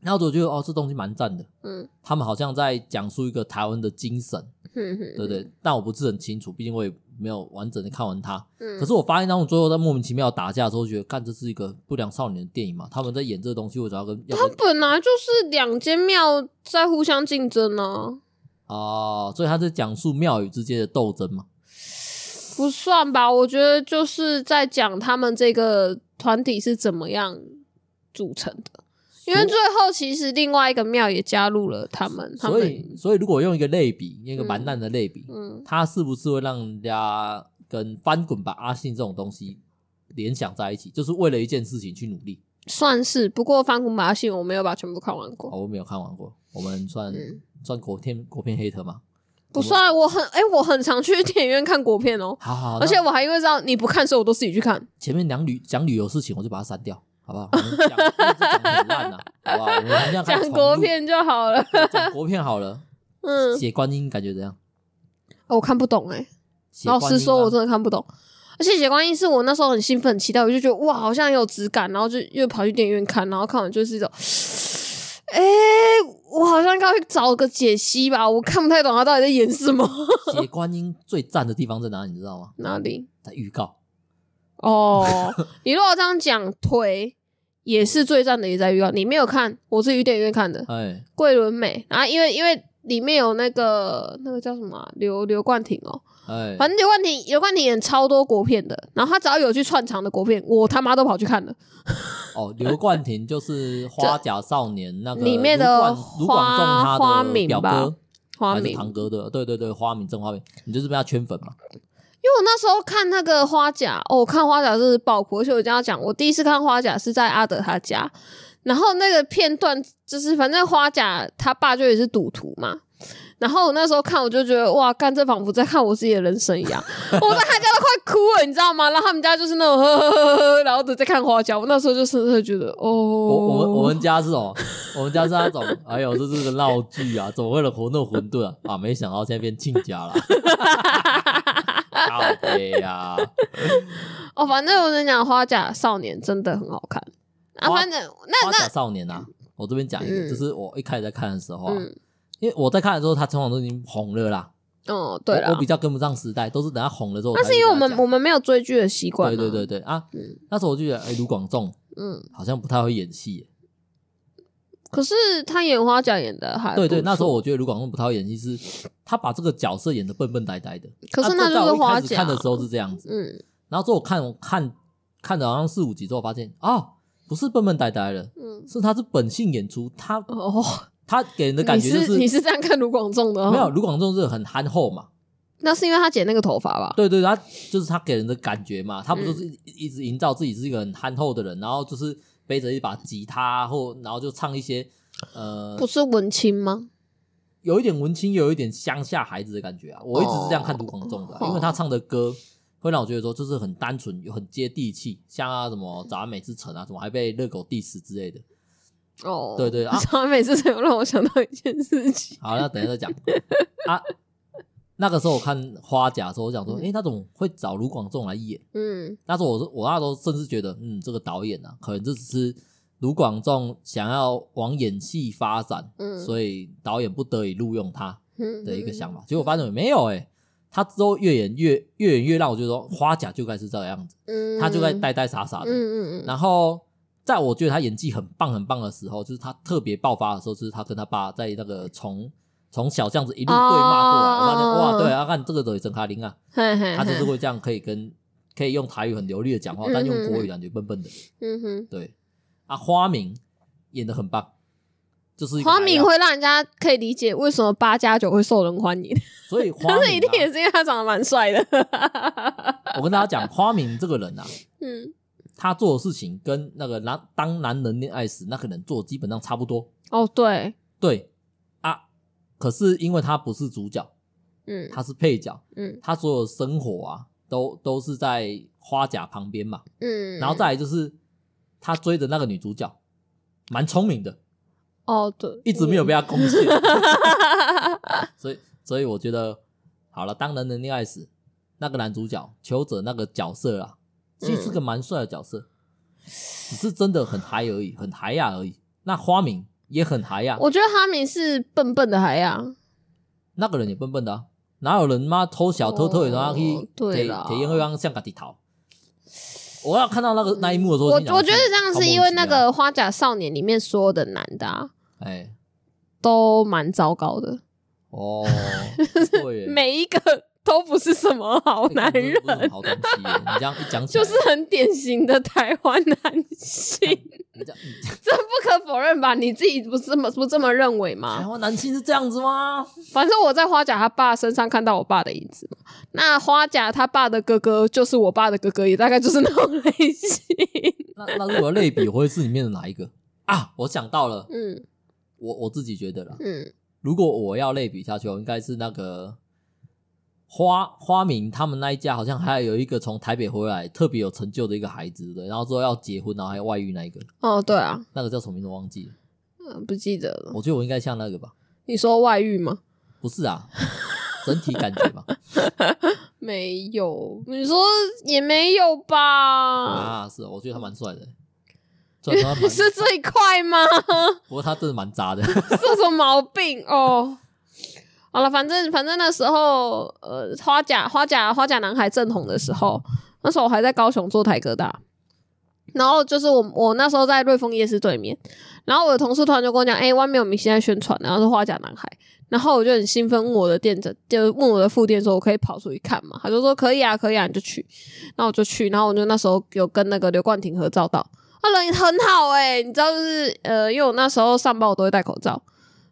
[SPEAKER 1] 然后我觉得哦，这东西蛮赞的，
[SPEAKER 3] 嗯
[SPEAKER 1] 他们好像在讲述一个台湾的精神，
[SPEAKER 3] 嗯，
[SPEAKER 1] 对不对？但我不是很清楚，毕竟我也没有完整的看完它。
[SPEAKER 3] 嗯
[SPEAKER 1] 可是我发现，当我最后在莫名其妙打架的时候，觉得看这是一个不良少年的电影嘛，他们在演这个东西，我只要跟要
[SPEAKER 3] 他
[SPEAKER 1] 跟
[SPEAKER 3] 本来就是两间庙在互相竞争啊呢、
[SPEAKER 1] 哦、所以他在讲述庙宇之间的斗争嘛。
[SPEAKER 3] 不算吧？我觉得就是在讲他们这个团体是怎么样组成的。因
[SPEAKER 1] 嗯
[SPEAKER 3] 为最后其实另外一个庙也加入了他们，他
[SPEAKER 1] 所
[SPEAKER 3] 们
[SPEAKER 1] 以，所以如果用一个类比，用一个蛮烂的类比，
[SPEAKER 3] 嗯
[SPEAKER 1] 它是不是会让人家跟翻滚吧、阿信这种东西联想在一起？就是为了一件事情去努力。
[SPEAKER 3] 算是。不过《翻滚吧阿信》我没有把全部看完过，
[SPEAKER 1] 哦，我没有看完过，我们算、
[SPEAKER 3] 嗯
[SPEAKER 1] 算国片国片黑特嘛？
[SPEAKER 3] 不算。我很哎、我很常去 电影院看国片哦，
[SPEAKER 1] 好好，
[SPEAKER 3] 而且
[SPEAKER 1] 那
[SPEAKER 3] 我还因为知道你不看，所以我都自己去看。
[SPEAKER 1] 前面两旅讲旅游事情，我就把它删掉，好不 好？我们讲因为这讲得很烂啊，好不好？我们这样看
[SPEAKER 3] 讲
[SPEAKER 1] 重
[SPEAKER 3] 国
[SPEAKER 1] 录，
[SPEAKER 3] 片就好了。
[SPEAKER 1] 讲国片好了。
[SPEAKER 3] 嗯，
[SPEAKER 1] 写观音感觉怎样？
[SPEAKER 3] 哦我看不懂哎、
[SPEAKER 1] 写
[SPEAKER 3] 老
[SPEAKER 1] 观音
[SPEAKER 3] 实说，
[SPEAKER 1] 啊
[SPEAKER 3] 我真的看不懂。而且《血观音》是我那时候很兴奋、很期待，我就觉得哇，好像很有质感，然后就又跑去电影院看，然后看完就是一种， 哎、我好像该去找个解析吧，我看不太懂他到底在演什么。
[SPEAKER 1] 写观音最赞的地方在哪里？你知道吗？
[SPEAKER 3] 哪里？
[SPEAKER 1] 在预告。
[SPEAKER 3] 哦，你如果这样讲推也是最赞的也在预告，啊你没有看，我是雨点院看的《
[SPEAKER 1] 哎，
[SPEAKER 3] 桂纶镁》，然后因为因为里面有那个那个叫什么啊、刘刘冠廷哦，
[SPEAKER 1] 哎，
[SPEAKER 3] 反正刘冠廷刘冠廷演超多国片的，然后他只要有去串场的国片，我他妈都跑去看了。
[SPEAKER 1] 哦，刘冠廷 就是《花甲少年》那个
[SPEAKER 3] 里面的
[SPEAKER 1] 卢广卢广仲
[SPEAKER 3] 花花
[SPEAKER 1] 他的
[SPEAKER 3] 敏
[SPEAKER 1] 表
[SPEAKER 3] 吧
[SPEAKER 1] 哥
[SPEAKER 3] 花
[SPEAKER 1] 还
[SPEAKER 3] 明，
[SPEAKER 1] 是堂哥的，对对对，花敏郑花敏，你就是被他圈粉嘛？
[SPEAKER 3] 因为我那时候看那个花甲，哦，我看花甲真是爆哭，而且我这样讲，我第一次看花甲是在阿德他家，然后那个片段就是，反正花甲他爸就也是赌徒嘛。然后我那时候看，我就觉得哇，干这仿佛在看我自己的人生一样， 我在他家都快哭了，你知道吗？然后他们家就是那种呵呵呵呵，然后都在看花甲，我那时候就深深地觉得哦，
[SPEAKER 1] 我
[SPEAKER 3] 我
[SPEAKER 1] 我们我们家是哦，我们家是那种，哎呦，这是个闹剧啊，怎么会有活弄混沌啊？啊，没想到现在变亲家了，啊好悲呀！
[SPEAKER 3] 哦，反正我跟你讲，花甲少年真的很好看啊，
[SPEAKER 1] 花哦
[SPEAKER 3] 反正那
[SPEAKER 1] 花甲少年啊，我这边讲一个，
[SPEAKER 3] 嗯
[SPEAKER 1] 就是我一开始在看的时候啊，
[SPEAKER 3] 嗯
[SPEAKER 1] 因为我在看的时候，他通常都已经红了啦，
[SPEAKER 3] 哦，对
[SPEAKER 1] 我
[SPEAKER 3] 了
[SPEAKER 1] 我比，较跟不上时代，都是等他红了之后才跟
[SPEAKER 3] 那
[SPEAKER 1] 大家讲。
[SPEAKER 3] 是因为我们我们没有追剧的习惯、啊，
[SPEAKER 1] 对对对对啊
[SPEAKER 3] 嗯，
[SPEAKER 1] 那时候我就觉得，哎，卢广仲
[SPEAKER 3] 嗯，
[SPEAKER 1] 好像不太会演戏耶。
[SPEAKER 3] 可是他演花甲演的还
[SPEAKER 1] 对对，
[SPEAKER 3] 不错
[SPEAKER 1] 那时候我觉得卢广仲不太会演戏，是他把这个角色演的笨笨呆呆的。
[SPEAKER 3] 可是
[SPEAKER 1] 啊
[SPEAKER 3] 那
[SPEAKER 1] 这
[SPEAKER 3] 就
[SPEAKER 1] 在
[SPEAKER 3] 是
[SPEAKER 1] 我一
[SPEAKER 3] 花
[SPEAKER 1] 开始
[SPEAKER 3] 甲。
[SPEAKER 1] 看的时候是这样子，
[SPEAKER 3] 嗯
[SPEAKER 1] 然后之后我看我看看了好像四五集之后，发现啊，不是笨笨呆呆了，
[SPEAKER 3] 嗯
[SPEAKER 1] 是他是本性演出，他
[SPEAKER 3] 哦，
[SPEAKER 1] 他给人的感觉就
[SPEAKER 3] 你是你
[SPEAKER 1] 是
[SPEAKER 3] 是这样看卢广仲的、哦？
[SPEAKER 1] 没有，卢广仲是很憨厚嘛，
[SPEAKER 3] 那是因为他剪那个头发吧？
[SPEAKER 1] 对对，他就是他给人的感觉嘛，他不就是
[SPEAKER 3] 嗯
[SPEAKER 1] 一一直营造自己是一个很憨厚的人，然后就是背着一把吉他或然后就唱一些呃
[SPEAKER 3] 不，是文青吗？
[SPEAKER 1] 有一点文青，又有一点乡下孩子的感觉啊。我一直是这样看卢广仲的啊、
[SPEAKER 3] 哦
[SPEAKER 1] 因为他唱的歌会让我觉得说就是很单纯，又很接地气，像啊什么《早安美之城》啊，怎么还被热狗 diss 之类的。
[SPEAKER 3] 哦，
[SPEAKER 1] 对对啊
[SPEAKER 3] 他每次都有让我想到一件事情，
[SPEAKER 1] 好， 那等一下再讲啊。那个时候我看花甲的时候，我想说，诶、那怎么会找卢广仲来演？
[SPEAKER 3] 嗯
[SPEAKER 1] 那时候我是我那时候甚至觉得，嗯，这个导演啊，可能这只是卢广仲想要往演戏发展，
[SPEAKER 3] 嗯
[SPEAKER 1] 所以导演不得已录用他
[SPEAKER 3] 嗯
[SPEAKER 1] 的一个想法。结果发现没有、欸，他之后越演越越演越让我觉得说，花甲就该是这个样子，
[SPEAKER 3] 嗯
[SPEAKER 1] 他就该呆呆傻傻
[SPEAKER 3] 嗯
[SPEAKER 1] 的。
[SPEAKER 3] 嗯嗯嗯，
[SPEAKER 1] 然后在我觉得他演技很棒很棒的时候，就是他特别爆发的时候，就是他跟他爸在那个从从小巷子一路对骂过来，我发现
[SPEAKER 3] 哦嗯
[SPEAKER 1] 哇，对啊，看这个的真卡 林啊，
[SPEAKER 3] 嘿嘿嘿
[SPEAKER 1] 他就是会这样可以跟可以用台语很流利的讲话，但用国语感觉笨笨的。
[SPEAKER 3] 嗯哼。
[SPEAKER 1] 对啊，花明演的很棒，就是一个
[SPEAKER 3] 花敏
[SPEAKER 1] 白
[SPEAKER 3] 会让人家可以理解为什么八加九会受人欢迎，
[SPEAKER 1] 羊，所以 花
[SPEAKER 3] 但是
[SPEAKER 1] 明、
[SPEAKER 3] 一定也
[SPEAKER 1] 啊，
[SPEAKER 3] 是因为他长得蛮帅的。
[SPEAKER 1] 我跟大家讲，花明这个人啊，
[SPEAKER 3] 嗯，
[SPEAKER 1] 他做的事情跟那个男当男人恋爱时那个人做的基本上差不多。
[SPEAKER 3] 哦对，
[SPEAKER 1] 对啊，可是因为他不是主角，
[SPEAKER 3] 嗯
[SPEAKER 1] 他是配角，
[SPEAKER 3] 嗯
[SPEAKER 1] 他所有生活啊，都都是在花甲旁边嘛。
[SPEAKER 3] 嗯，
[SPEAKER 1] 然后再来就是他追的那个女主角，蛮聪明的，
[SPEAKER 3] 哦对，
[SPEAKER 1] 一直没有被他攻陷，
[SPEAKER 3] 嗯
[SPEAKER 1] 所以所以我觉得好了，当男人恋爱时，那个男主角求者那个角色啊，其实是个蛮帅的角色，只是真的很嗨而已，很嗨呀而已。那花明也很嗨呀，
[SPEAKER 3] 我觉得哈明是笨笨的啊海呀，
[SPEAKER 1] 那个人也笨笨的、啊，哪有人妈偷小偷偷的然后去
[SPEAKER 3] 哦对
[SPEAKER 1] 给
[SPEAKER 3] 啦
[SPEAKER 1] 给烟灰缸向家底逃？我要看到那个那一幕的时候，
[SPEAKER 3] 我
[SPEAKER 1] 心想
[SPEAKER 3] 我觉得这样是因为那，
[SPEAKER 1] 超莫名
[SPEAKER 3] 个《花甲少年》里面所有的男的啊，
[SPEAKER 1] 其妙哎，
[SPEAKER 3] 都蛮糟糕的，
[SPEAKER 1] 哦，对耶，
[SPEAKER 3] 每一个 都不是什么好
[SPEAKER 1] 哎
[SPEAKER 3] 男
[SPEAKER 1] 这
[SPEAKER 3] 人
[SPEAKER 1] 不，是什么好东西耶，你这样一讲起来，
[SPEAKER 3] 就是很典型的台湾男性，
[SPEAKER 1] 你这样你这样
[SPEAKER 3] 这不可否认吧？你自己不这么不这么认为
[SPEAKER 1] 台
[SPEAKER 3] 吗？
[SPEAKER 1] 湾男性是这样子吗？
[SPEAKER 3] 反正我在花甲他爸身上看到我爸的影子嘛，那花甲他爸的哥哥就是我爸的哥哥，也大概就是那种类型。
[SPEAKER 1] 那那如果要类比，我会是里面的哪一个 啊？我想到了，
[SPEAKER 3] 嗯
[SPEAKER 1] 我我自己觉得啦，
[SPEAKER 3] 嗯
[SPEAKER 1] 如果我要类比下去，我应该是那个花花明他们那一家，好像还有一个从台北回来特别有成就的一个孩子的，然后之后要结婚，然后还有外遇那一个，
[SPEAKER 3] 哦，对啊，
[SPEAKER 1] 那个叫什么名字我忘记了。
[SPEAKER 3] 嗯不记得了。
[SPEAKER 1] 我觉得我应该像那个吧？
[SPEAKER 3] 你说外遇吗？
[SPEAKER 1] 不是啊，整体感觉 吧？
[SPEAKER 3] 没有，你说也没有吧？
[SPEAKER 1] 啊，是哦，我觉得他蛮帅的，虽然说他蛮，
[SPEAKER 3] 是最快吗？
[SPEAKER 1] 不过他真的蛮渣 的。
[SPEAKER 3] 是有什么毛病哦？好了，反正反正那时候，呃，花甲花甲花甲男孩正红的时候，那时候我还在高雄做台哥大，然后就是我我那时候在瑞丰夜市对面，然后我的同事突然就跟我讲，哎、外面有明星在宣传，然后是花甲男孩，然后我就很兴奋，问我的店长，就问我的副店说，我可以跑出去看嘛？他就说可以啊，可以啊，你就去，然后我就去，然后我就那时候有跟那个刘冠廷合照到，他人很好哎、你知道就是呃，因为我那时候上班我都会戴口罩。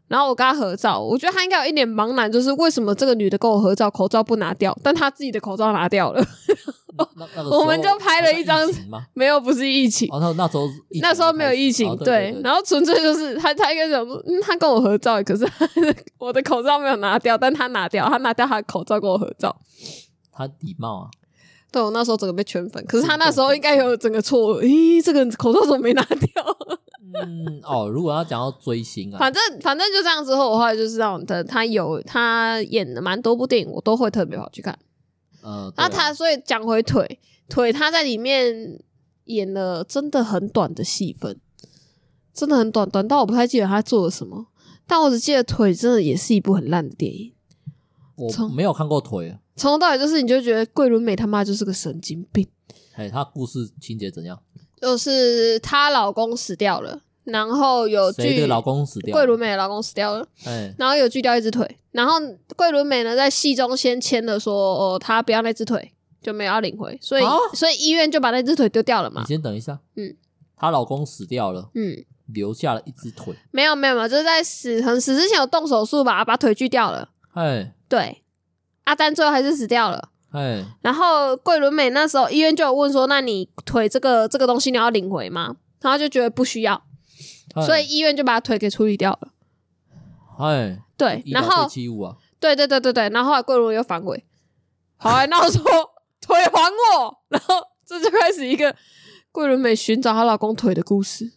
[SPEAKER 3] 然后我跟他合照，我觉得他应该有一点茫然，就是为什么这个女的跟我合照，口罩不拿掉，但他自己的口罩拿掉了。
[SPEAKER 1] 那那个时候
[SPEAKER 3] 我们就拍了一张
[SPEAKER 1] 还在疫情吗？
[SPEAKER 3] 没有，不是疫情，
[SPEAKER 1] 哦，那那时候疫情
[SPEAKER 3] 那时候没有疫情，
[SPEAKER 1] 哦
[SPEAKER 3] 对
[SPEAKER 1] 对对
[SPEAKER 3] 然后纯粹就是他，他应该想说，嗯，他跟我合照，可是他的我的口罩没有拿掉，但他拿掉，他拿掉他的口罩跟我合照。
[SPEAKER 1] 他礼貌啊，
[SPEAKER 3] 对我那时候整个被圈粉，可是他那时候应该有整个错愕，咦，这个口罩怎么没 拿掉？
[SPEAKER 1] 嗯，哦，如果要讲到追星啊，
[SPEAKER 3] 反正反正就这样之后，我后来就是这样的，他有他演的蛮多部电影，我都会特别跑去看。
[SPEAKER 1] 呃，对
[SPEAKER 3] 那
[SPEAKER 1] 啊
[SPEAKER 3] 他所以讲回腿，腿他在里面演了真的很短的戏份，真的很短，短到我不太记得他做了什么，但我只记得腿真的也是一部很烂的电影，
[SPEAKER 1] 我
[SPEAKER 3] 从
[SPEAKER 1] 没有看过腿，
[SPEAKER 3] 从头到尾就是你就觉得桂纶镁他妈就是个神经病，
[SPEAKER 1] 哎，他故事情节怎样？
[SPEAKER 3] 就是她老公死掉了，然后有
[SPEAKER 1] 谁
[SPEAKER 3] 锯
[SPEAKER 1] 的老公死掉？
[SPEAKER 3] 桂纶镁的老公死掉了，
[SPEAKER 1] 哎，
[SPEAKER 3] 然后有锯掉一只腿，然后桂纶镁呢在戏中先签了说哦她不要那只腿。就没有要领回，所以、
[SPEAKER 1] 啊
[SPEAKER 3] 所以医院就把那只腿丢掉了嘛
[SPEAKER 1] 你。先等一下，
[SPEAKER 3] 嗯，
[SPEAKER 1] 她老公死掉了，
[SPEAKER 3] 嗯，
[SPEAKER 1] 留下了一只腿，
[SPEAKER 3] 没有没有没有，就是在死很死之前有动手术吧，把腿锯掉了。
[SPEAKER 1] 哎
[SPEAKER 3] 对，阿丹最后还是死掉了。
[SPEAKER 1] 哎，
[SPEAKER 3] 然后桂纶镁那时候医院就有问说：“那你腿这个这个东西你要领回吗？”然后就觉得不需要，
[SPEAKER 1] 哎
[SPEAKER 3] 所以医院就把腿给处理掉了。
[SPEAKER 1] 哎，
[SPEAKER 3] 对，
[SPEAKER 1] 医疗
[SPEAKER 3] 然后
[SPEAKER 1] 废弃物啊，
[SPEAKER 3] 对对对对对，然后后来桂纶镁又反悔，好来闹说腿还我，然后这就开始一个桂纶镁寻找她老公腿的故事。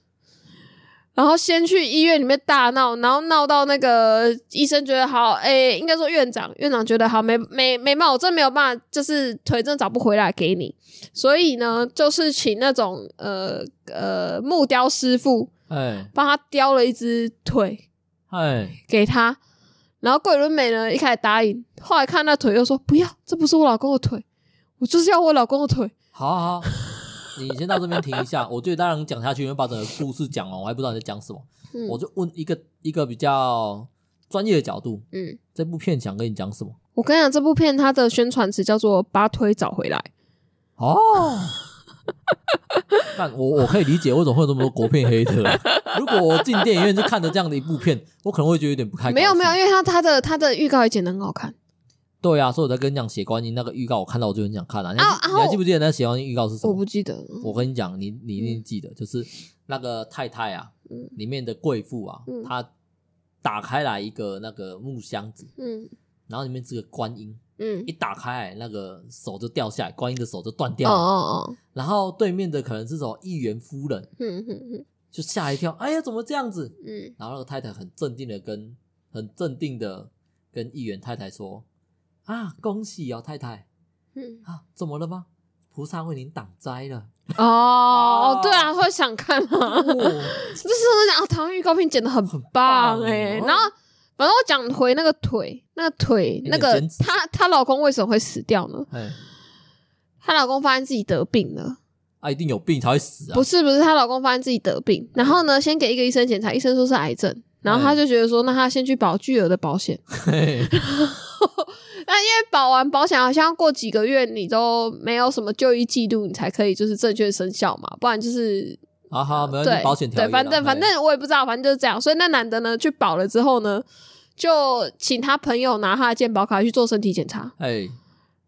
[SPEAKER 3] 然后先去医院里面大闹，然后闹到那个医生觉得好，诶，应该说院长，院长觉得好没没没办法，我真没有办法，就是腿真的找不回来给你，所以呢，就是请那种呃呃木雕师傅
[SPEAKER 1] 哎
[SPEAKER 3] 帮他雕了一只腿，
[SPEAKER 1] 哎，
[SPEAKER 3] 给他。然后桂纶镁呢，一开始答应，后来看那腿又说不要，这不是我老公的腿，我就是要我老公的腿。
[SPEAKER 1] 好好 好。你先到这边停一下，我觉得当然讲下去，因为把整个故事讲完，我还不知道你在讲什么。
[SPEAKER 3] 嗯
[SPEAKER 1] 我就问一个一个比较专业的角度，
[SPEAKER 3] 嗯，
[SPEAKER 1] 这部片想跟你讲什么？
[SPEAKER 3] 我跟你讲，这部片它的宣传词叫做“把腿找回来
[SPEAKER 1] 哦，但我我可以理解为什么会有这么多国片黑特、如果我进电影院就看着这样的一部片，我可能会觉得有点不开”。心。
[SPEAKER 3] 没有没有，，因为它它的它的预告也剪得很好看。
[SPEAKER 1] 对啊，所以我在跟你讲《血观音》那个预告，我看到我就很想看啊。你还,、
[SPEAKER 3] 啊然
[SPEAKER 1] 你
[SPEAKER 3] 后
[SPEAKER 1] 还记不记得那《血观音》预告是什
[SPEAKER 3] 我
[SPEAKER 1] 么？
[SPEAKER 3] 不记得了，
[SPEAKER 1] 我跟你讲，你你一定记得，就是那个太太啊，
[SPEAKER 3] 嗯
[SPEAKER 1] 里面的贵妇啊，
[SPEAKER 3] 嗯
[SPEAKER 1] 她打开来一个那个木箱子，
[SPEAKER 3] 嗯
[SPEAKER 1] 然后里面是个观音，
[SPEAKER 3] 嗯
[SPEAKER 1] 一，打开来那个手就掉下来，观音的手就断掉
[SPEAKER 3] 哦
[SPEAKER 1] 了。
[SPEAKER 3] 哦哦，
[SPEAKER 1] 然后对面的可能是什么议员夫人，
[SPEAKER 3] 嗯嗯嗯
[SPEAKER 1] 就吓一跳，哎呀，怎么这样子？
[SPEAKER 3] 嗯，
[SPEAKER 1] 然后那个太太很镇定的跟很镇定的跟议员太太说：“啊，恭喜哦，太太
[SPEAKER 3] 嗯
[SPEAKER 1] 啊，怎么了吗？菩萨为您挡灾了。
[SPEAKER 3] 哦哦，对啊，会想看啊。
[SPEAKER 1] 哦
[SPEAKER 3] 就是我在讲啊，台湾预告片剪的很棒
[SPEAKER 1] 很棒
[SPEAKER 3] 哎、
[SPEAKER 1] 哦
[SPEAKER 3] 然后反正我讲回那个腿，那个腿，
[SPEAKER 1] 有点
[SPEAKER 3] 那个
[SPEAKER 1] 坚持
[SPEAKER 3] 她她老公为什么会死掉呢”？
[SPEAKER 1] 哎，
[SPEAKER 3] 她老公发现自己得病了，
[SPEAKER 1] 啊，一定有病才会死啊！嗯
[SPEAKER 3] 不是不是，她老公发现自己得病，然后呢，先给一个医生检查，医生说是癌症，然后她就觉得说，那她先去保巨额的保 险，
[SPEAKER 1] 嘿，
[SPEAKER 3] 那因为保完保险好像过几个月你都没有什么就医记录，你才可以就是正确生效嘛，不然就是
[SPEAKER 1] 好好，没关
[SPEAKER 3] 对
[SPEAKER 1] 系，保险条约啦
[SPEAKER 3] 对，反正
[SPEAKER 1] 嘿
[SPEAKER 3] 反正我也不知道，反正就是这样。所以那男的呢，去保了之后呢，就请他朋友拿他的健保卡去做身体检查，
[SPEAKER 1] 哎，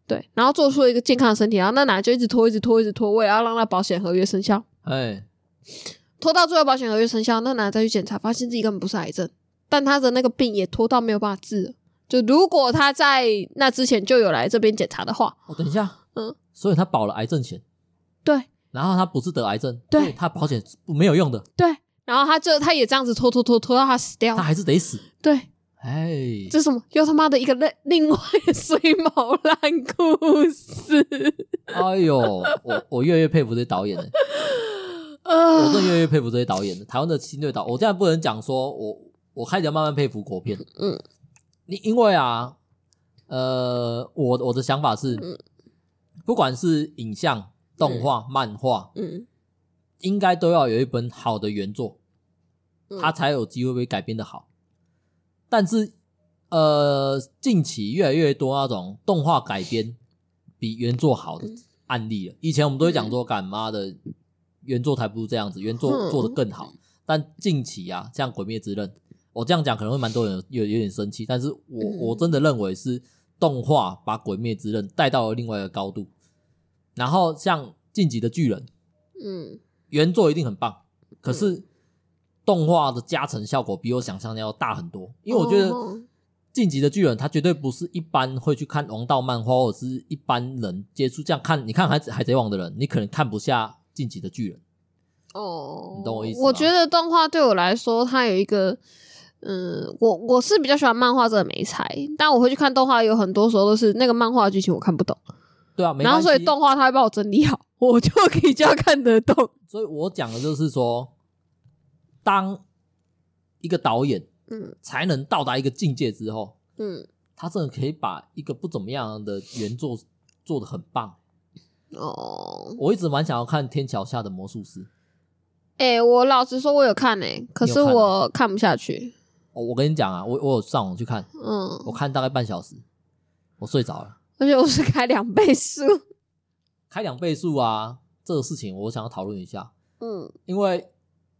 [SPEAKER 3] 对，然后做出了一个健康的身体。然后那男的就一直拖，一直拖，一直拖，为了要让那保险合约生效，
[SPEAKER 1] 哎，
[SPEAKER 3] 拖到最后保险合约生效，那男的再去检查，发现自己根本不是癌症，但他的那个病也拖到没有办法治了。就如果他在那之前就有来这边检查的话，
[SPEAKER 1] 我哦等一下，
[SPEAKER 3] 嗯，
[SPEAKER 1] 所以他保了癌症险，
[SPEAKER 3] 对
[SPEAKER 1] 然后他不是得癌症，
[SPEAKER 3] 对
[SPEAKER 1] 所以他保险是没有用的，
[SPEAKER 3] 对，然后他就他也这样子拖拖拖拖到他死掉
[SPEAKER 1] 他，还是得死。
[SPEAKER 3] 对，
[SPEAKER 1] 哎，
[SPEAKER 3] 这是什么？又他妈的一个另另外的水毛烂故事
[SPEAKER 1] 哎呦，我我越来越佩服这些导演了。我 真
[SPEAKER 3] 啊！
[SPEAKER 1] 的越来越佩服这些导演了。台湾的新锐导，我现在不能讲说我我开始要慢慢佩服国片，
[SPEAKER 3] 嗯，
[SPEAKER 1] 你因为啊，呃，我我的想法是，
[SPEAKER 3] 嗯
[SPEAKER 1] 不管是影像、动画、漫画，
[SPEAKER 3] 嗯
[SPEAKER 1] 应该都要有一本好的原作，
[SPEAKER 3] 嗯
[SPEAKER 1] 它才有机会被改编的好。但是，呃，近期越来越多那种动画改编比原作好的案例了。以前我们都会讲说，干妈的原作才不是这样子，原作
[SPEAKER 3] 嗯
[SPEAKER 1] 做的更好。但近期啊，像《鬼灭之刃》，我这样讲可能会蛮多人有有有点生气，但是我
[SPEAKER 3] 嗯
[SPEAKER 1] 我真的认为是动画把《鬼灭之刃》带到了另外一个高度。然后像《晋级的巨人》，
[SPEAKER 3] 嗯
[SPEAKER 1] 原作一定很棒，可是动画的加成效果比我想象的要大很多。因为我觉得
[SPEAKER 3] 哦
[SPEAKER 1] 《晋级的巨人》它绝对不是一般会去看王道漫画或者是一般人接触这样看，你看海《海贼王》的人，你可能看不下《晋级的巨人》。
[SPEAKER 3] 哦，
[SPEAKER 1] 你懂我意思
[SPEAKER 3] 我
[SPEAKER 1] 吗
[SPEAKER 3] 觉得动画对我来说，它有一个，嗯，我我是比较喜欢漫画这个美材，但我会去看动画，有很多时候都是那个漫画的剧情我看不懂，
[SPEAKER 1] 对啊，没
[SPEAKER 3] 然后
[SPEAKER 1] 关系
[SPEAKER 3] 所以动画它会 帮我整理好，我就可以这样看得懂。
[SPEAKER 1] 所以我讲的就是说，当一个导演
[SPEAKER 3] 嗯
[SPEAKER 1] 才能到达一个境界之后，
[SPEAKER 3] 嗯，
[SPEAKER 1] 他真的可以把一个不怎么样的原作做的很棒。
[SPEAKER 3] 哦，
[SPEAKER 1] 我一直蛮想要看《天桥下的魔术师》。
[SPEAKER 3] 哎、我老实说，我有看哎、可
[SPEAKER 1] 你
[SPEAKER 3] 是
[SPEAKER 1] 有看啊
[SPEAKER 3] 我看不下去。
[SPEAKER 1] 哦，我跟你讲啊，我我有上网去看，我
[SPEAKER 3] 嗯，
[SPEAKER 1] 看大概半小时，我睡着了。
[SPEAKER 3] 而且我是开两倍速。
[SPEAKER 1] 开两倍速啊，这个事情我想要讨论一下，
[SPEAKER 3] 嗯
[SPEAKER 1] 因为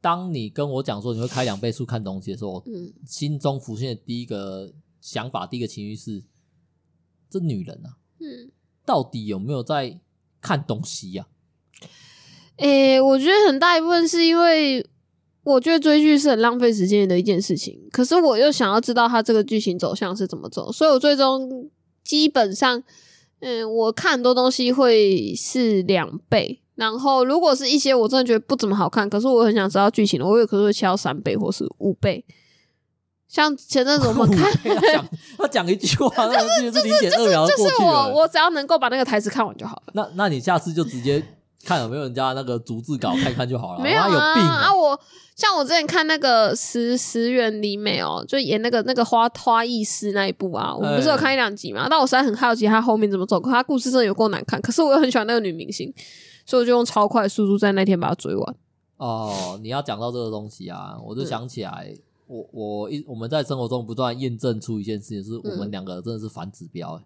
[SPEAKER 1] 当你跟我讲说你会开两倍速看东西的时候，我
[SPEAKER 3] 嗯，
[SPEAKER 1] 心中浮现的第一个想法、第一个情绪是：这女人啊，
[SPEAKER 3] 嗯，
[SPEAKER 1] 到底有没有在看东西呀、
[SPEAKER 3] 诶、我觉得很大一部分是因为我觉得追剧是很浪费时间的一件事情，可是我又想要知道它这个剧情走向是怎么走，所以我最终基本上，嗯，我看很多东西会是两倍。然后，如果是一些我真的觉得不怎么好看，可是我很想知道剧情的，我有可能会切到三倍或是五倍。像前阵子我们看，
[SPEAKER 1] 他 讲他讲一句话，那就是零点二秒就
[SPEAKER 3] 就
[SPEAKER 1] 过
[SPEAKER 3] 是
[SPEAKER 1] 去
[SPEAKER 3] 我
[SPEAKER 1] 了。
[SPEAKER 3] 我只要能够把那个台词看完就好了。
[SPEAKER 1] 那那你下次就直接看有没有人家那个逐字稿看一看就好了。
[SPEAKER 3] 没有
[SPEAKER 1] 哦妈有
[SPEAKER 3] 啊
[SPEAKER 1] 病
[SPEAKER 3] 啊！我像我之前看那个石石原里美哦，就演那个那个花花艺师那一部啊，我们不是
[SPEAKER 1] 哎
[SPEAKER 3] 有看一两集嘛？但我实在很好奇他后面怎么走，可他故事真的有够难看。可是我又很喜欢那个女明星，所以我就用超快的速度在那天把它追完。
[SPEAKER 1] 哦，你要讲到这个东西啊，我就想起来，我我一我们在生活中不断验证出一件事情，是我们两个真的是反指标、欸，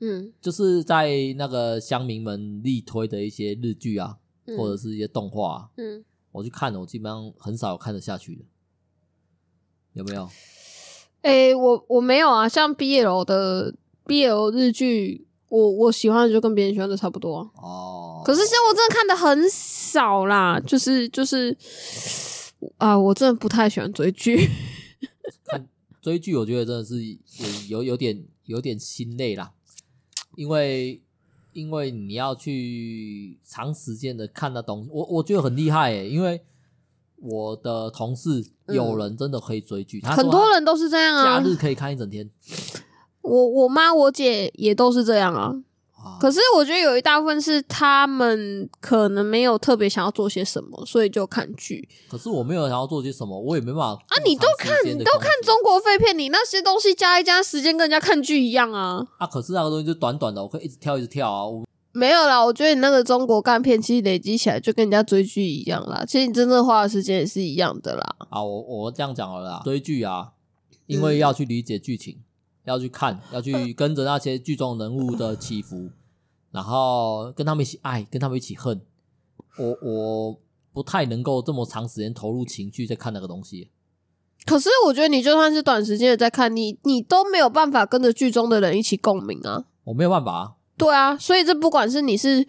[SPEAKER 3] 嗯
[SPEAKER 1] 就是在那个乡民们力推的一些日剧啊，
[SPEAKER 3] 嗯
[SPEAKER 1] 或者是一些动画啊、
[SPEAKER 3] 嗯，
[SPEAKER 1] 我去看了，我基本上很少有看得下去的，有没有？
[SPEAKER 3] 诶、我我没有啊，像 BL 的 BL 日剧，我我喜欢的就跟别人喜欢的差不多啊、
[SPEAKER 1] 哦，
[SPEAKER 3] 可是其实我真的看的很少啦，就是就是啊、我真的不太喜欢追剧。
[SPEAKER 1] 追剧，我觉得真的是有有有点有点心累啦，因为因为你要去长时间的看那东西，我我觉得很厉害诶、欸因为我的同事有人真的可以追剧，他说
[SPEAKER 3] 嗯很多人都是这样
[SPEAKER 1] 他假
[SPEAKER 3] 啊。
[SPEAKER 1] 日可以看一整天。
[SPEAKER 3] 我我妈我姐也都是这样啊。
[SPEAKER 1] 啊
[SPEAKER 3] 可是我觉得有一大部分是他们可能没有特别想要做些什么，所以就看剧。
[SPEAKER 1] 可是我没有想要做些什么，我也没办法
[SPEAKER 3] 啊你都看
[SPEAKER 1] 你
[SPEAKER 3] 都看中国废片，你那些东西加一加，时间跟人家看剧一样啊。
[SPEAKER 1] 啊，可是那个东西就短短的，我可以一直跳一直跳啊，我
[SPEAKER 3] 没有啦，我觉得你那个中国干片其实累积起来就跟人家追剧一样啦。其实你真正花的时间也是一样的啦。
[SPEAKER 1] 啊，我我这样讲好了啦，追剧啊，
[SPEAKER 3] 嗯
[SPEAKER 1] 因为要去理解剧情，要去看，要 去跟着那些剧中人物的起伏，然后跟他们一起爱，跟他们一起恨。我我不太能够这么长时间投入情绪在看那个东西。
[SPEAKER 3] 可是我觉得你就算是短时间的在看，你你都没有办法跟着剧中的人一起共鸣啊。
[SPEAKER 1] 我没有办法、啊，
[SPEAKER 3] 对啊，所以这不管是你是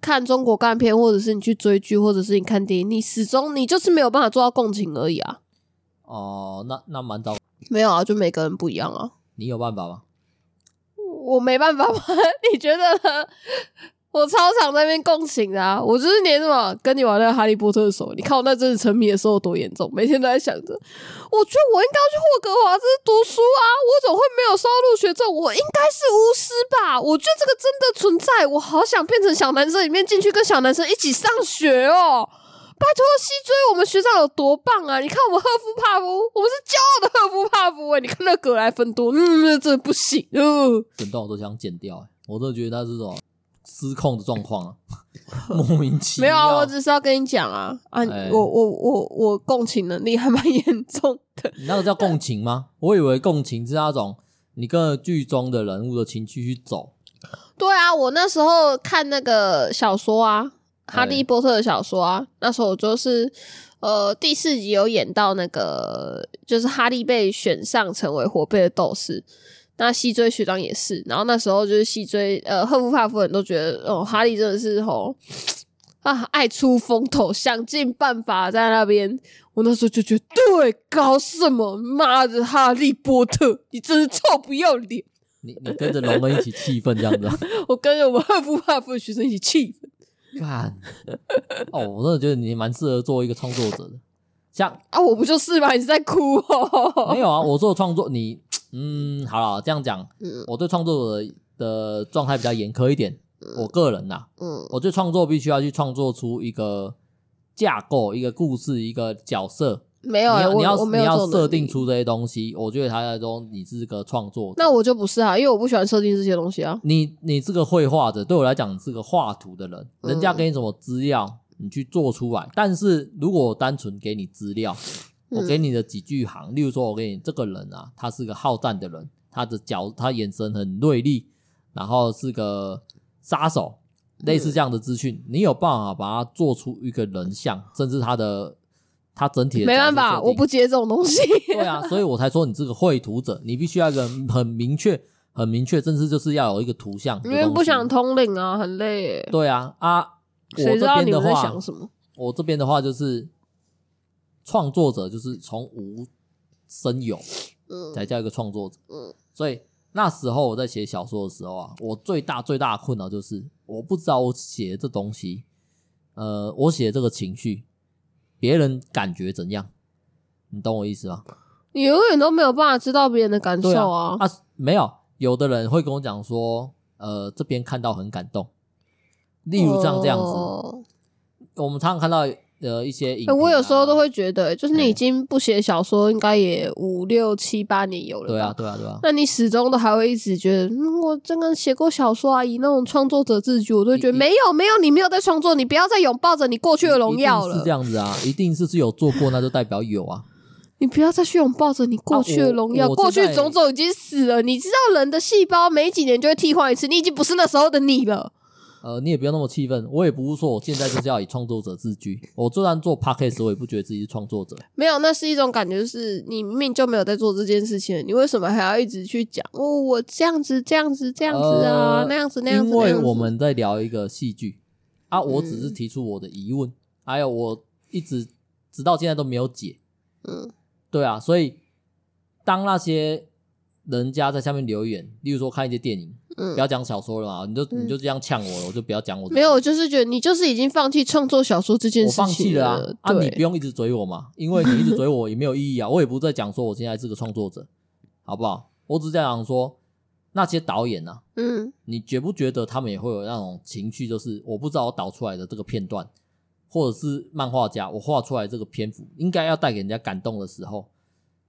[SPEAKER 3] 看中国干片，或者是你去追剧，或者是你看电影，你始终你就是没有办法做到共情而已啊。
[SPEAKER 1] 哦、那那蛮糟，
[SPEAKER 3] 没有啊，就每个人不一样啊。
[SPEAKER 1] 你有办法吗？
[SPEAKER 3] 我没办法吗？ 你觉得呢？我超常在那边共情的啊，我就是连什么跟你玩那个哈利波特的时候，你看我那阵子沉迷的时候有多严重，每天都在想着，我觉得我应该要去霍格华兹读书啊，我怎么会没有收到入学证？我应该是巫师吧？我觉得这个真的存在，我好想变成小男生里面进去跟小男生一起上学哦。拜托，西追我们学长有多棒啊！你看我们赫夫帕夫，我们是骄傲的赫夫帕夫哎、你看那格莱芬多，嗯，那真的不行，嗯、
[SPEAKER 1] 整段我都想剪掉、欸我真的觉得那是什么失控的状况啊， 莫名其
[SPEAKER 3] 没
[SPEAKER 1] 妙。
[SPEAKER 3] 有啊，我只是要跟你讲啊啊，
[SPEAKER 1] 哎
[SPEAKER 3] 我我我我共情能力还蛮严重的，
[SPEAKER 1] 你那个叫共情吗？我以为共情是那种你跟着剧中的人物的情绪去走。
[SPEAKER 3] 对啊，我那时候看那个小说啊，《哈利
[SPEAKER 1] 哎
[SPEAKER 3] 波特》的小说啊，那时候我就是呃第四集有演到那个，就是哈利被选上成为火背的斗士。那西追学长也是，然后那时候就是西追，呃，赫夫帕夫人都觉得，哦，哈利真的是哦，啊，爱出风头，想尽办法在那边。我那时候就觉得，对，搞什么？妈的，哈利波特，你真是臭不要脸！
[SPEAKER 1] 你你跟着龙恩一起气愤这样 子啊，
[SPEAKER 3] 我跟着我们赫夫帕夫的学生一起气愤
[SPEAKER 1] 干哦，我真的觉得你蛮适合做一个创作者的。像
[SPEAKER 3] 啊！我不就是吗？你 是在哭哦？
[SPEAKER 1] 没有啊，我做创作，你嗯，好了，这样讲，
[SPEAKER 3] 嗯
[SPEAKER 1] 我对创作者的状态比较严苛一点。我个人呐、
[SPEAKER 3] 嗯
[SPEAKER 1] 我对创作必须要去创作出一个架构、一个故事、一个角色。
[SPEAKER 3] 没
[SPEAKER 1] 你
[SPEAKER 3] 有、欸，
[SPEAKER 1] 要
[SPEAKER 3] 我
[SPEAKER 1] 你要
[SPEAKER 3] 我没有
[SPEAKER 1] 你
[SPEAKER 3] 这
[SPEAKER 1] 要
[SPEAKER 3] 种能
[SPEAKER 1] 设
[SPEAKER 3] 力
[SPEAKER 1] 定。出这些东西，我觉得他来说你是个创作者。
[SPEAKER 3] 那我就不是啊，因为我不喜欢设定这些东西啊。
[SPEAKER 1] 你你是个绘画者，对我来讲你是个画图的人，人
[SPEAKER 3] 嗯
[SPEAKER 1] 家给你什么资料，你去做出来。但是如果我单纯给你资料，我
[SPEAKER 3] 嗯
[SPEAKER 1] 给你的几句行，例如说我给你这个人啊，他是个好战的人，他的脚他眼神很锐利，然后是个杀手，类
[SPEAKER 3] 嗯
[SPEAKER 1] 似这样的资讯，你有办法把它做出一个人像，甚至他的他整体的
[SPEAKER 3] 没
[SPEAKER 1] 角色
[SPEAKER 3] 办法，
[SPEAKER 1] 设定
[SPEAKER 3] 我不接啊这种东 西。
[SPEAKER 1] 对啊，所以我才说你这个绘图者，你必须要有一个很明确、很明确，甚至就是要有一个图像的
[SPEAKER 3] 因
[SPEAKER 1] 东西。
[SPEAKER 3] 为不想通灵啊，很累耶。
[SPEAKER 1] 对啊啊！我
[SPEAKER 3] 谁知
[SPEAKER 1] 这
[SPEAKER 3] 道
[SPEAKER 1] 边
[SPEAKER 3] 你
[SPEAKER 1] 的
[SPEAKER 3] 们在
[SPEAKER 1] 话
[SPEAKER 3] 想，什么？
[SPEAKER 1] 我这边的话就是创作者，就是从无生有
[SPEAKER 3] 嗯
[SPEAKER 1] 才叫一个创作者。
[SPEAKER 3] 嗯
[SPEAKER 1] 所以那时候我在写小说的时候啊，我最大最大的困扰就是我不知道我写这东西，呃，我写这个情绪，别人感觉怎样？你懂我意思吗？
[SPEAKER 3] 你永远都没有办法知道别人的感
[SPEAKER 1] 对
[SPEAKER 3] 受
[SPEAKER 1] 啊
[SPEAKER 3] 啊，。
[SPEAKER 1] 啊，没有，有的人会跟我讲说，呃，这边看到很感动，例如像这样子，嗯
[SPEAKER 3] 哦
[SPEAKER 1] 我们常常看到呃一些影、
[SPEAKER 3] 哎我有时候都。会觉得、就是你
[SPEAKER 1] 哎
[SPEAKER 3] 已经不写小说，应该也五六七八年有了。
[SPEAKER 1] 对啊，，对啊，对啊！
[SPEAKER 3] 那你始终都还会一直觉得，嗯，我真的写过小说啊，以那种创作者自居，我都会觉得
[SPEAKER 1] 一一
[SPEAKER 3] 没有没有，你没有在创作，你不要再拥抱着你过去的荣耀
[SPEAKER 1] 一定是
[SPEAKER 3] 了
[SPEAKER 1] 这，样子啊，一定是是有做过，那就代表有啊。
[SPEAKER 3] 你不要再去拥抱着你过去的荣耀，
[SPEAKER 1] 啊我我
[SPEAKER 3] 过去
[SPEAKER 1] 现在
[SPEAKER 3] 种种已经死了。你知道人的细胞每几年就会替换一次，你已经不是那时候的你了。
[SPEAKER 1] 呃，你也不要那么气愤，我也不是说我现在就是要以创作者自居。我虽然做 podcast，我也不觉得自己是创作者。
[SPEAKER 3] 没有，那是一种感觉，就是你明明就没有在做这件事情，你为什么还要一直去讲哦？我这样子，这样子，这样子啊，
[SPEAKER 1] 呃
[SPEAKER 3] 那样子，那样子，
[SPEAKER 1] 因为
[SPEAKER 3] 那样子嗯
[SPEAKER 1] 我们在聊一个戏剧啊，我只是提出我的疑问，还有我一直直到现在都没有解。
[SPEAKER 3] 嗯
[SPEAKER 1] 对啊，所以当那些人家在下面留言，例如说看一些电影，
[SPEAKER 3] 嗯
[SPEAKER 1] 不要讲小说了嘛，你就你就这样呛我了，我就不要讲我自己
[SPEAKER 3] 没有，我就是觉得你就是已经放弃创作小说这件
[SPEAKER 1] 我
[SPEAKER 3] 事情
[SPEAKER 1] 放弃了啊
[SPEAKER 3] 了！
[SPEAKER 1] 啊，
[SPEAKER 3] 对
[SPEAKER 1] 你不用一直追我嘛，因为你一直追我也没有意义啊。我也不在讲说我现在是个创作者，好不好？我只是在讲说那些导演啊，
[SPEAKER 3] 嗯
[SPEAKER 1] 你觉不觉得他们也会有那种情绪，就是我不知道我导出来的这个片段，或者是漫画家我画出来这个篇幅，应该要带给人家感动的时候，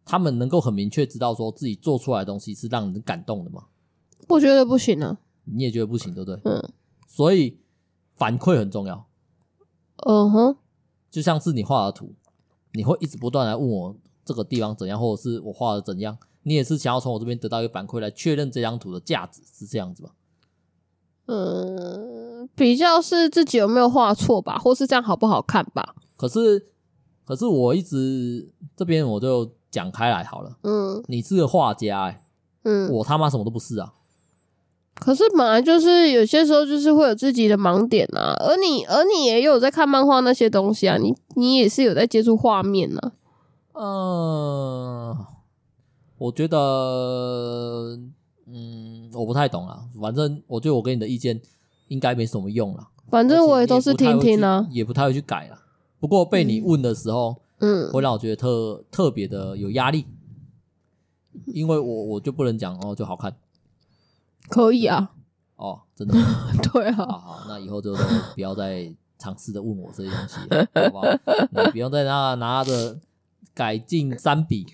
[SPEAKER 1] 他们能够很明确知道说自己做出来的东西是让人感动的吗？
[SPEAKER 3] 我觉得不行啊。
[SPEAKER 1] 你也觉得不行，对不对？
[SPEAKER 3] 嗯
[SPEAKER 1] 所以反馈很重要。
[SPEAKER 3] 嗯哼，
[SPEAKER 1] 就像是你画的图，你会一直不断来问我这个地方怎样，或者是我画的怎样，你也是想要从我这边得到一个反馈来确认这张图的价值，是这样子吧？
[SPEAKER 3] 嗯，比较是自己有没有画错吧，或是这样好不好看吧。
[SPEAKER 1] 可是，可是我一直这边我就讲开来好了，
[SPEAKER 3] 嗯
[SPEAKER 1] 你是个画家、欸，
[SPEAKER 3] 嗯，
[SPEAKER 1] 我他妈什么都不是啊！
[SPEAKER 3] 可是本来就是有些时候就是会有自己的盲点啊，而你而你也有在看漫画那些东西啊，你你也是有在接触画面啊。
[SPEAKER 1] 嗯，我觉得，嗯，我不太懂啦，反正我觉得我给你的意见应该没什么用啦。
[SPEAKER 3] 反正我也都是听听啊。
[SPEAKER 1] 也不太会去改啦。不过被你问的时候，
[SPEAKER 3] 嗯，
[SPEAKER 1] 会让我觉得特特别的有压力，因为我我就不能讲哦，就好看
[SPEAKER 3] 可以啊，
[SPEAKER 1] 哦，真的吗
[SPEAKER 3] 对啊，
[SPEAKER 1] 好好，那以后就都不要再尝试的问我这些东西了，好不好？你不用再拿拿着改进三笔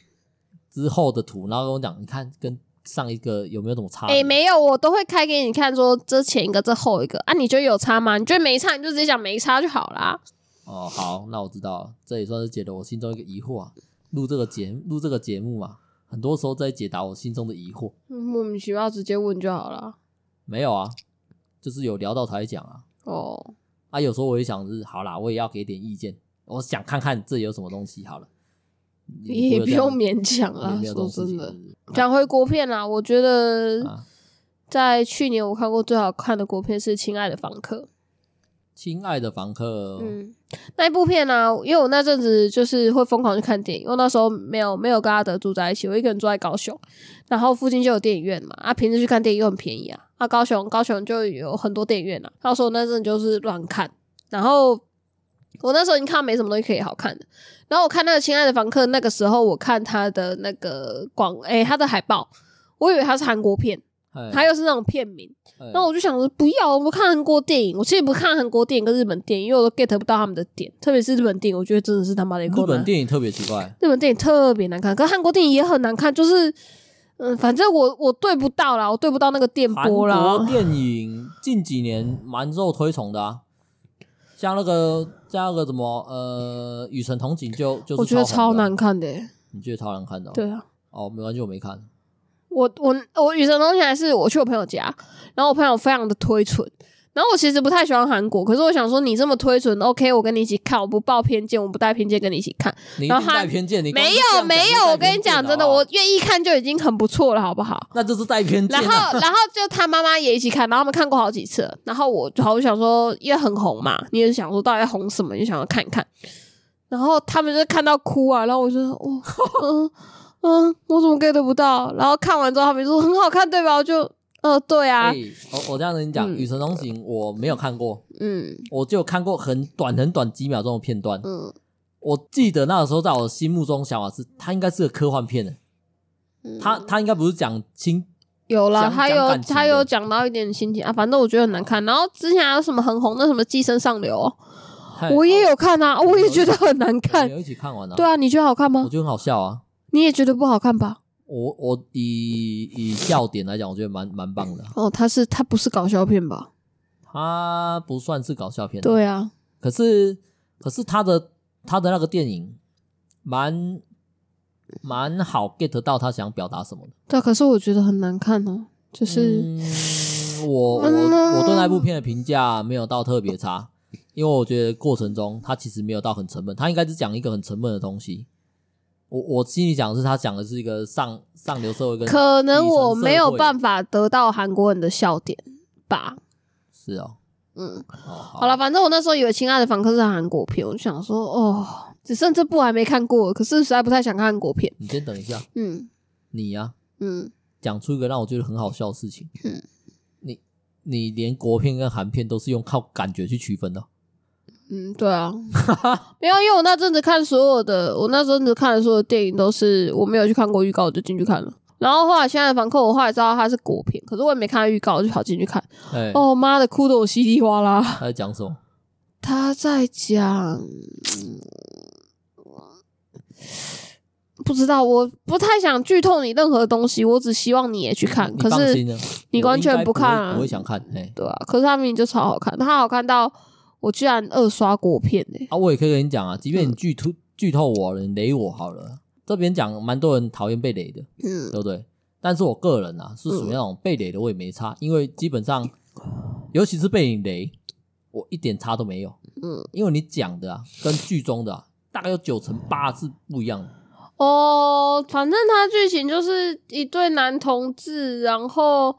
[SPEAKER 1] 之后的图，然后跟我讲，你看跟上一个有没有什么差
[SPEAKER 3] 哎、
[SPEAKER 1] 别？
[SPEAKER 3] 没有，我都会开给你看，说这前一个，这后一个啊，你觉得有差吗？你觉得没差，你就直接讲没差就好啦。
[SPEAKER 1] 哦，好，那我知道了，这也算是解了我心中一个疑惑啊。录这个节录这个节目嘛，很多时候在解答我心中的疑惑。
[SPEAKER 3] 嗯莫名其妙直接问就好啦。
[SPEAKER 1] 没有啊，就是有聊到才讲啊。
[SPEAKER 3] 哦，
[SPEAKER 1] 啊，有时候我也想是，好啦，我也要给点意见，我想看看这有什么东西好了。你
[SPEAKER 3] 也
[SPEAKER 1] 会有
[SPEAKER 3] 不
[SPEAKER 1] 这样
[SPEAKER 3] 用勉强
[SPEAKER 1] 也
[SPEAKER 3] 啊
[SPEAKER 1] 没有，这种
[SPEAKER 3] 说
[SPEAKER 1] 事
[SPEAKER 3] 真
[SPEAKER 1] 情
[SPEAKER 3] 的。
[SPEAKER 1] 是不是
[SPEAKER 3] 讲回国片啦，我觉得
[SPEAKER 1] 啊，
[SPEAKER 3] 在去年我看过最好看的国片是《亲爱的房客》。
[SPEAKER 1] 亲爱的房客，哦
[SPEAKER 3] 嗯，那一部片呢、因为我那阵子就是会疯狂去看电影，因为那时候没有没有跟阿德住在一起，我一个人住在高雄，然后附近就有电影院嘛，啊，平时去看电影又很便宜啊，啊，高雄高雄就有很多电影院啊，到时候那阵就是乱看，然后我那时候已经看到没什么东西可以好看的，然后我看那个《亲爱的房客》，那个时候我看他的那个广，诶、他的海报，我以为他是韩国片，
[SPEAKER 1] 哎
[SPEAKER 3] 他又是那种片名。
[SPEAKER 1] 哎
[SPEAKER 3] 然后我就想说，不要，我不看韩国电影，我其实不看韩国电影跟日本电影，因为我都 get 不到他们的点，特别是日本电影，我觉得真的是他妈的够
[SPEAKER 1] 日本
[SPEAKER 3] 难。
[SPEAKER 1] 电影特别奇怪，
[SPEAKER 3] 日本电影特别难看，可是韩国电影也很难看，就是嗯，反正我我对不到啦，我对不到那个电
[SPEAKER 1] 韩
[SPEAKER 3] 波
[SPEAKER 1] 国
[SPEAKER 3] 啦。
[SPEAKER 1] 电影近几年蛮受推崇的啊，像那个像那个什么呃《与神同行就》就是
[SPEAKER 3] 我觉得
[SPEAKER 1] 超
[SPEAKER 3] 超
[SPEAKER 1] 红的啊
[SPEAKER 3] 难，看的、欸，
[SPEAKER 1] 你觉得超难看的、哦？
[SPEAKER 3] 对啊，
[SPEAKER 1] 哦，没关系，我没看。
[SPEAKER 3] 我我我与神同行还是我去我朋友家，然后我朋友非常的推崇，然后我其实不太喜欢韩国，可是我想说你这么推崇，OK，我跟你一起看，我不抱偏见，我不带偏见跟你一起看，
[SPEAKER 1] 你一
[SPEAKER 3] 然
[SPEAKER 1] 定
[SPEAKER 3] 后他
[SPEAKER 1] 带偏见，你光
[SPEAKER 3] 没
[SPEAKER 1] 是这
[SPEAKER 3] 有
[SPEAKER 1] 样讲
[SPEAKER 3] 没
[SPEAKER 1] 就
[SPEAKER 3] 有，
[SPEAKER 1] 带
[SPEAKER 3] 我跟你
[SPEAKER 1] 偏见
[SPEAKER 3] 讲真的，
[SPEAKER 1] 好不好
[SPEAKER 3] 我愿意看就已经很不错了，好 不好？
[SPEAKER 1] 那就是带偏见、
[SPEAKER 3] 然
[SPEAKER 1] 啊。
[SPEAKER 3] 后，然后就他妈妈也一起看，然后他们看过好几次了。然后我好想说，因为很红嘛，你也想说到底在红什么，你就想要看一看。然后他们就看到哭啊，然后我就说， 哦，嗯嗯，我怎么 get 不到？然后看完之后，他们就说很好看，对吧？我就，呃，对啊，
[SPEAKER 1] 哎我我这样跟你讲，
[SPEAKER 3] 嗯
[SPEAKER 1] 与神同行》我没有看过，
[SPEAKER 3] 嗯
[SPEAKER 1] 我就看过很短很短几秒钟的片段。
[SPEAKER 3] 嗯
[SPEAKER 1] 我记得那个时候在我心目中想法是，它应该是个科幻片的，
[SPEAKER 3] 嗯，
[SPEAKER 1] 它它应该不是讲亲
[SPEAKER 3] 有啦，
[SPEAKER 1] 讲
[SPEAKER 3] 他
[SPEAKER 1] 讲
[SPEAKER 3] 有
[SPEAKER 1] 感情
[SPEAKER 3] 他
[SPEAKER 1] 的
[SPEAKER 3] 有讲到一点心情啊，反正我觉得很难看。然后之前还有什么很红的什么《寄生上流》哦，
[SPEAKER 1] 嗨
[SPEAKER 3] 我也有看啊，我也觉得很难
[SPEAKER 1] 我
[SPEAKER 3] 看
[SPEAKER 1] 哦没。有一起看完啊。
[SPEAKER 3] 对啊，你觉得好看吗
[SPEAKER 1] 我？觉得很好笑啊。
[SPEAKER 3] 你也觉得不好看吧？
[SPEAKER 1] 我我以以笑点来讲，我觉得蛮蛮棒的。
[SPEAKER 3] 哦，它是它不是搞笑片吧？
[SPEAKER 1] 它不算是搞笑片，，
[SPEAKER 3] 对啊，
[SPEAKER 1] 可是可是它的它的那个电影蛮蛮好 get 到他想表达什么的。
[SPEAKER 3] 对啊，可是我觉得很难看哦，就是
[SPEAKER 1] 嗯，我我我对那部片的评价没有到特别差，因为我觉得过程中他其实没有到很沉闷，他应该是讲一个很沉闷的东西。我我心里讲的是他讲的是一个上上流社会跟
[SPEAKER 3] 可能我没有
[SPEAKER 1] 法
[SPEAKER 3] 办法得到韩国人的笑点吧。
[SPEAKER 1] 是哦，
[SPEAKER 3] 嗯，
[SPEAKER 1] 哦好
[SPEAKER 3] 好了，反正我那时候以为《亲爱的房客》是韩国片，我就想说，哦，只剩这部还没看过，可是实在不太想看韩国片。
[SPEAKER 1] 你先等一下，
[SPEAKER 3] 嗯
[SPEAKER 1] 你呀、
[SPEAKER 3] 嗯，
[SPEAKER 1] 讲出一个让我觉得很好笑的事情。
[SPEAKER 3] 嗯
[SPEAKER 1] 你你连国片跟韩片都是用靠感觉去区分的哦。
[SPEAKER 3] 嗯，对啊， 没有，因为我那阵子看所有的，我那阵子看的所有电影都是我没有去看过预告，我就进去看了。然后后来《亲爱的房客》，我后来知道它是国片，可是我也没看到预告，我就跑进去看。
[SPEAKER 1] 哎、
[SPEAKER 3] 哦妈的，哭得我稀里哗啦。
[SPEAKER 1] 他在讲什么？
[SPEAKER 3] 他在讲，嗯不知道，我不太想剧透你任何东西，我只希望你也去看。
[SPEAKER 1] 你
[SPEAKER 3] 啊可
[SPEAKER 1] 放心
[SPEAKER 3] 是
[SPEAKER 1] 了，
[SPEAKER 3] 你完全
[SPEAKER 1] 我应该不
[SPEAKER 3] 不看啊
[SPEAKER 1] 会不会想看。哎、
[SPEAKER 3] 对啊，可是他明明就超好看，他好看到我居然二刷国片欸呢、
[SPEAKER 1] 啊，我也可以跟你讲啊，即便你剧透剧透我了，你雷我好了。这边讲蛮多人讨厌被雷的，
[SPEAKER 3] 嗯
[SPEAKER 1] 对不对？但是我个人啊，是属于那种被雷的，我也没差，因为基本上，尤其是被你雷，我一点差都没有，
[SPEAKER 3] 嗯，
[SPEAKER 1] 因为你讲的啊，跟剧中的、啊、大概有九成八是不一样的。
[SPEAKER 3] 哦，反正他剧情就是一对男同志，然后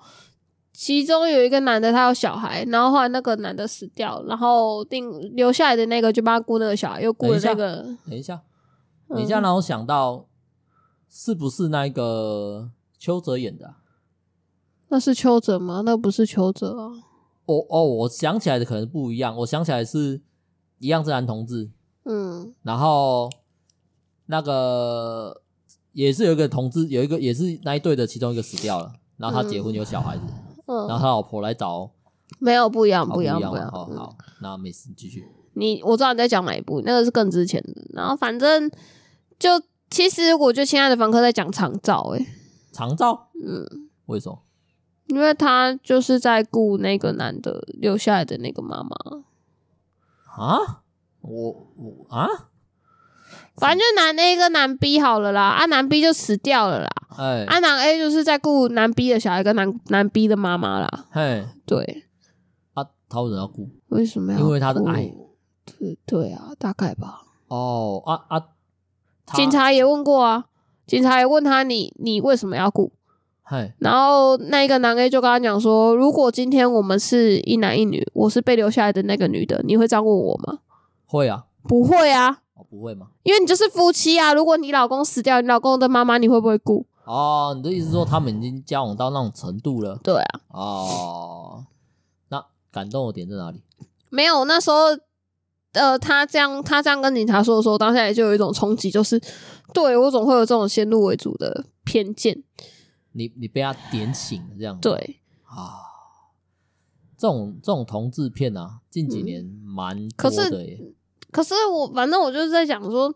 [SPEAKER 3] 其中有一个男的他有小孩，然后后来那个男的死掉，然后另留下来的那个就帮他顾那个小孩，又顾了那个。
[SPEAKER 1] 等一下，你这样让我想到，是不是那个邱泽演的啊、
[SPEAKER 3] 那是邱泽吗？那不是邱泽啊。
[SPEAKER 1] 哦哦，我想起来的可能不一样，我想起来是一样是男同志，
[SPEAKER 3] 嗯
[SPEAKER 1] 然后那个也是有一个同志，有一个也是那一对的其中一个死掉了，然后他结婚有小孩子，然后
[SPEAKER 3] 嗯，
[SPEAKER 1] 他老婆来找，
[SPEAKER 3] 没有不一样，
[SPEAKER 1] 好
[SPEAKER 3] 不一
[SPEAKER 1] 一
[SPEAKER 3] 样，
[SPEAKER 1] 样
[SPEAKER 3] 不一
[SPEAKER 1] 嘛
[SPEAKER 3] 样。
[SPEAKER 1] 哦
[SPEAKER 3] 嗯
[SPEAKER 1] 好，那没事，你继续。
[SPEAKER 3] 你我知道你在讲哪一部，那个是更之前的。然后反正就其实我觉得《亲爱的房客》在讲长照、欸，
[SPEAKER 1] 长照
[SPEAKER 3] 嗯，
[SPEAKER 1] 为什么？
[SPEAKER 3] 因为他就是在顾那个男的留下来的那个妈妈，
[SPEAKER 1] 啊？我我啊？
[SPEAKER 3] 反正就男 A 跟男 B 好了啦，啊男 B 就死掉了啦，
[SPEAKER 1] 哎、
[SPEAKER 3] 啊男 A 就是在顾男 B 的小孩跟男男 B 的妈妈啦，
[SPEAKER 1] 嘿，
[SPEAKER 3] 对，
[SPEAKER 1] 啊，他为什么要哭？
[SPEAKER 3] 为什么要？
[SPEAKER 1] 因为他的爱，
[SPEAKER 3] 对对啊，大概吧。
[SPEAKER 1] 哦啊啊！他
[SPEAKER 3] 警察也问过啊，警察也问他你你为什么要顾？
[SPEAKER 1] 嘿
[SPEAKER 3] 然后那一个男 A 就跟他讲说，如果今天我们是一男一女，我是被留下来的那个女的，你会这样问我吗？
[SPEAKER 1] 会啊？
[SPEAKER 3] 不会啊，
[SPEAKER 1] 哦，不会吗？
[SPEAKER 3] 因为你就是夫妻啊。如果你老公死掉，你老公的妈妈你会不会顾？
[SPEAKER 1] 哦，你的意思是说他们已经交往到那种程度了？
[SPEAKER 3] 对啊，
[SPEAKER 1] 哦，那感动的点在哪里？
[SPEAKER 3] 没有那时候。呃，他这样，他这样跟警察说的时候，当下也就有一种冲击，就是对我总会有这种先入为主的偏见，
[SPEAKER 1] 你你被他点醒了这样子？
[SPEAKER 3] 对，
[SPEAKER 1] 啊，这种这种同志片啊，近几年蛮
[SPEAKER 3] 嗯可
[SPEAKER 1] 多
[SPEAKER 3] 是
[SPEAKER 1] 的耶。
[SPEAKER 3] 可是我反正我就是在想说，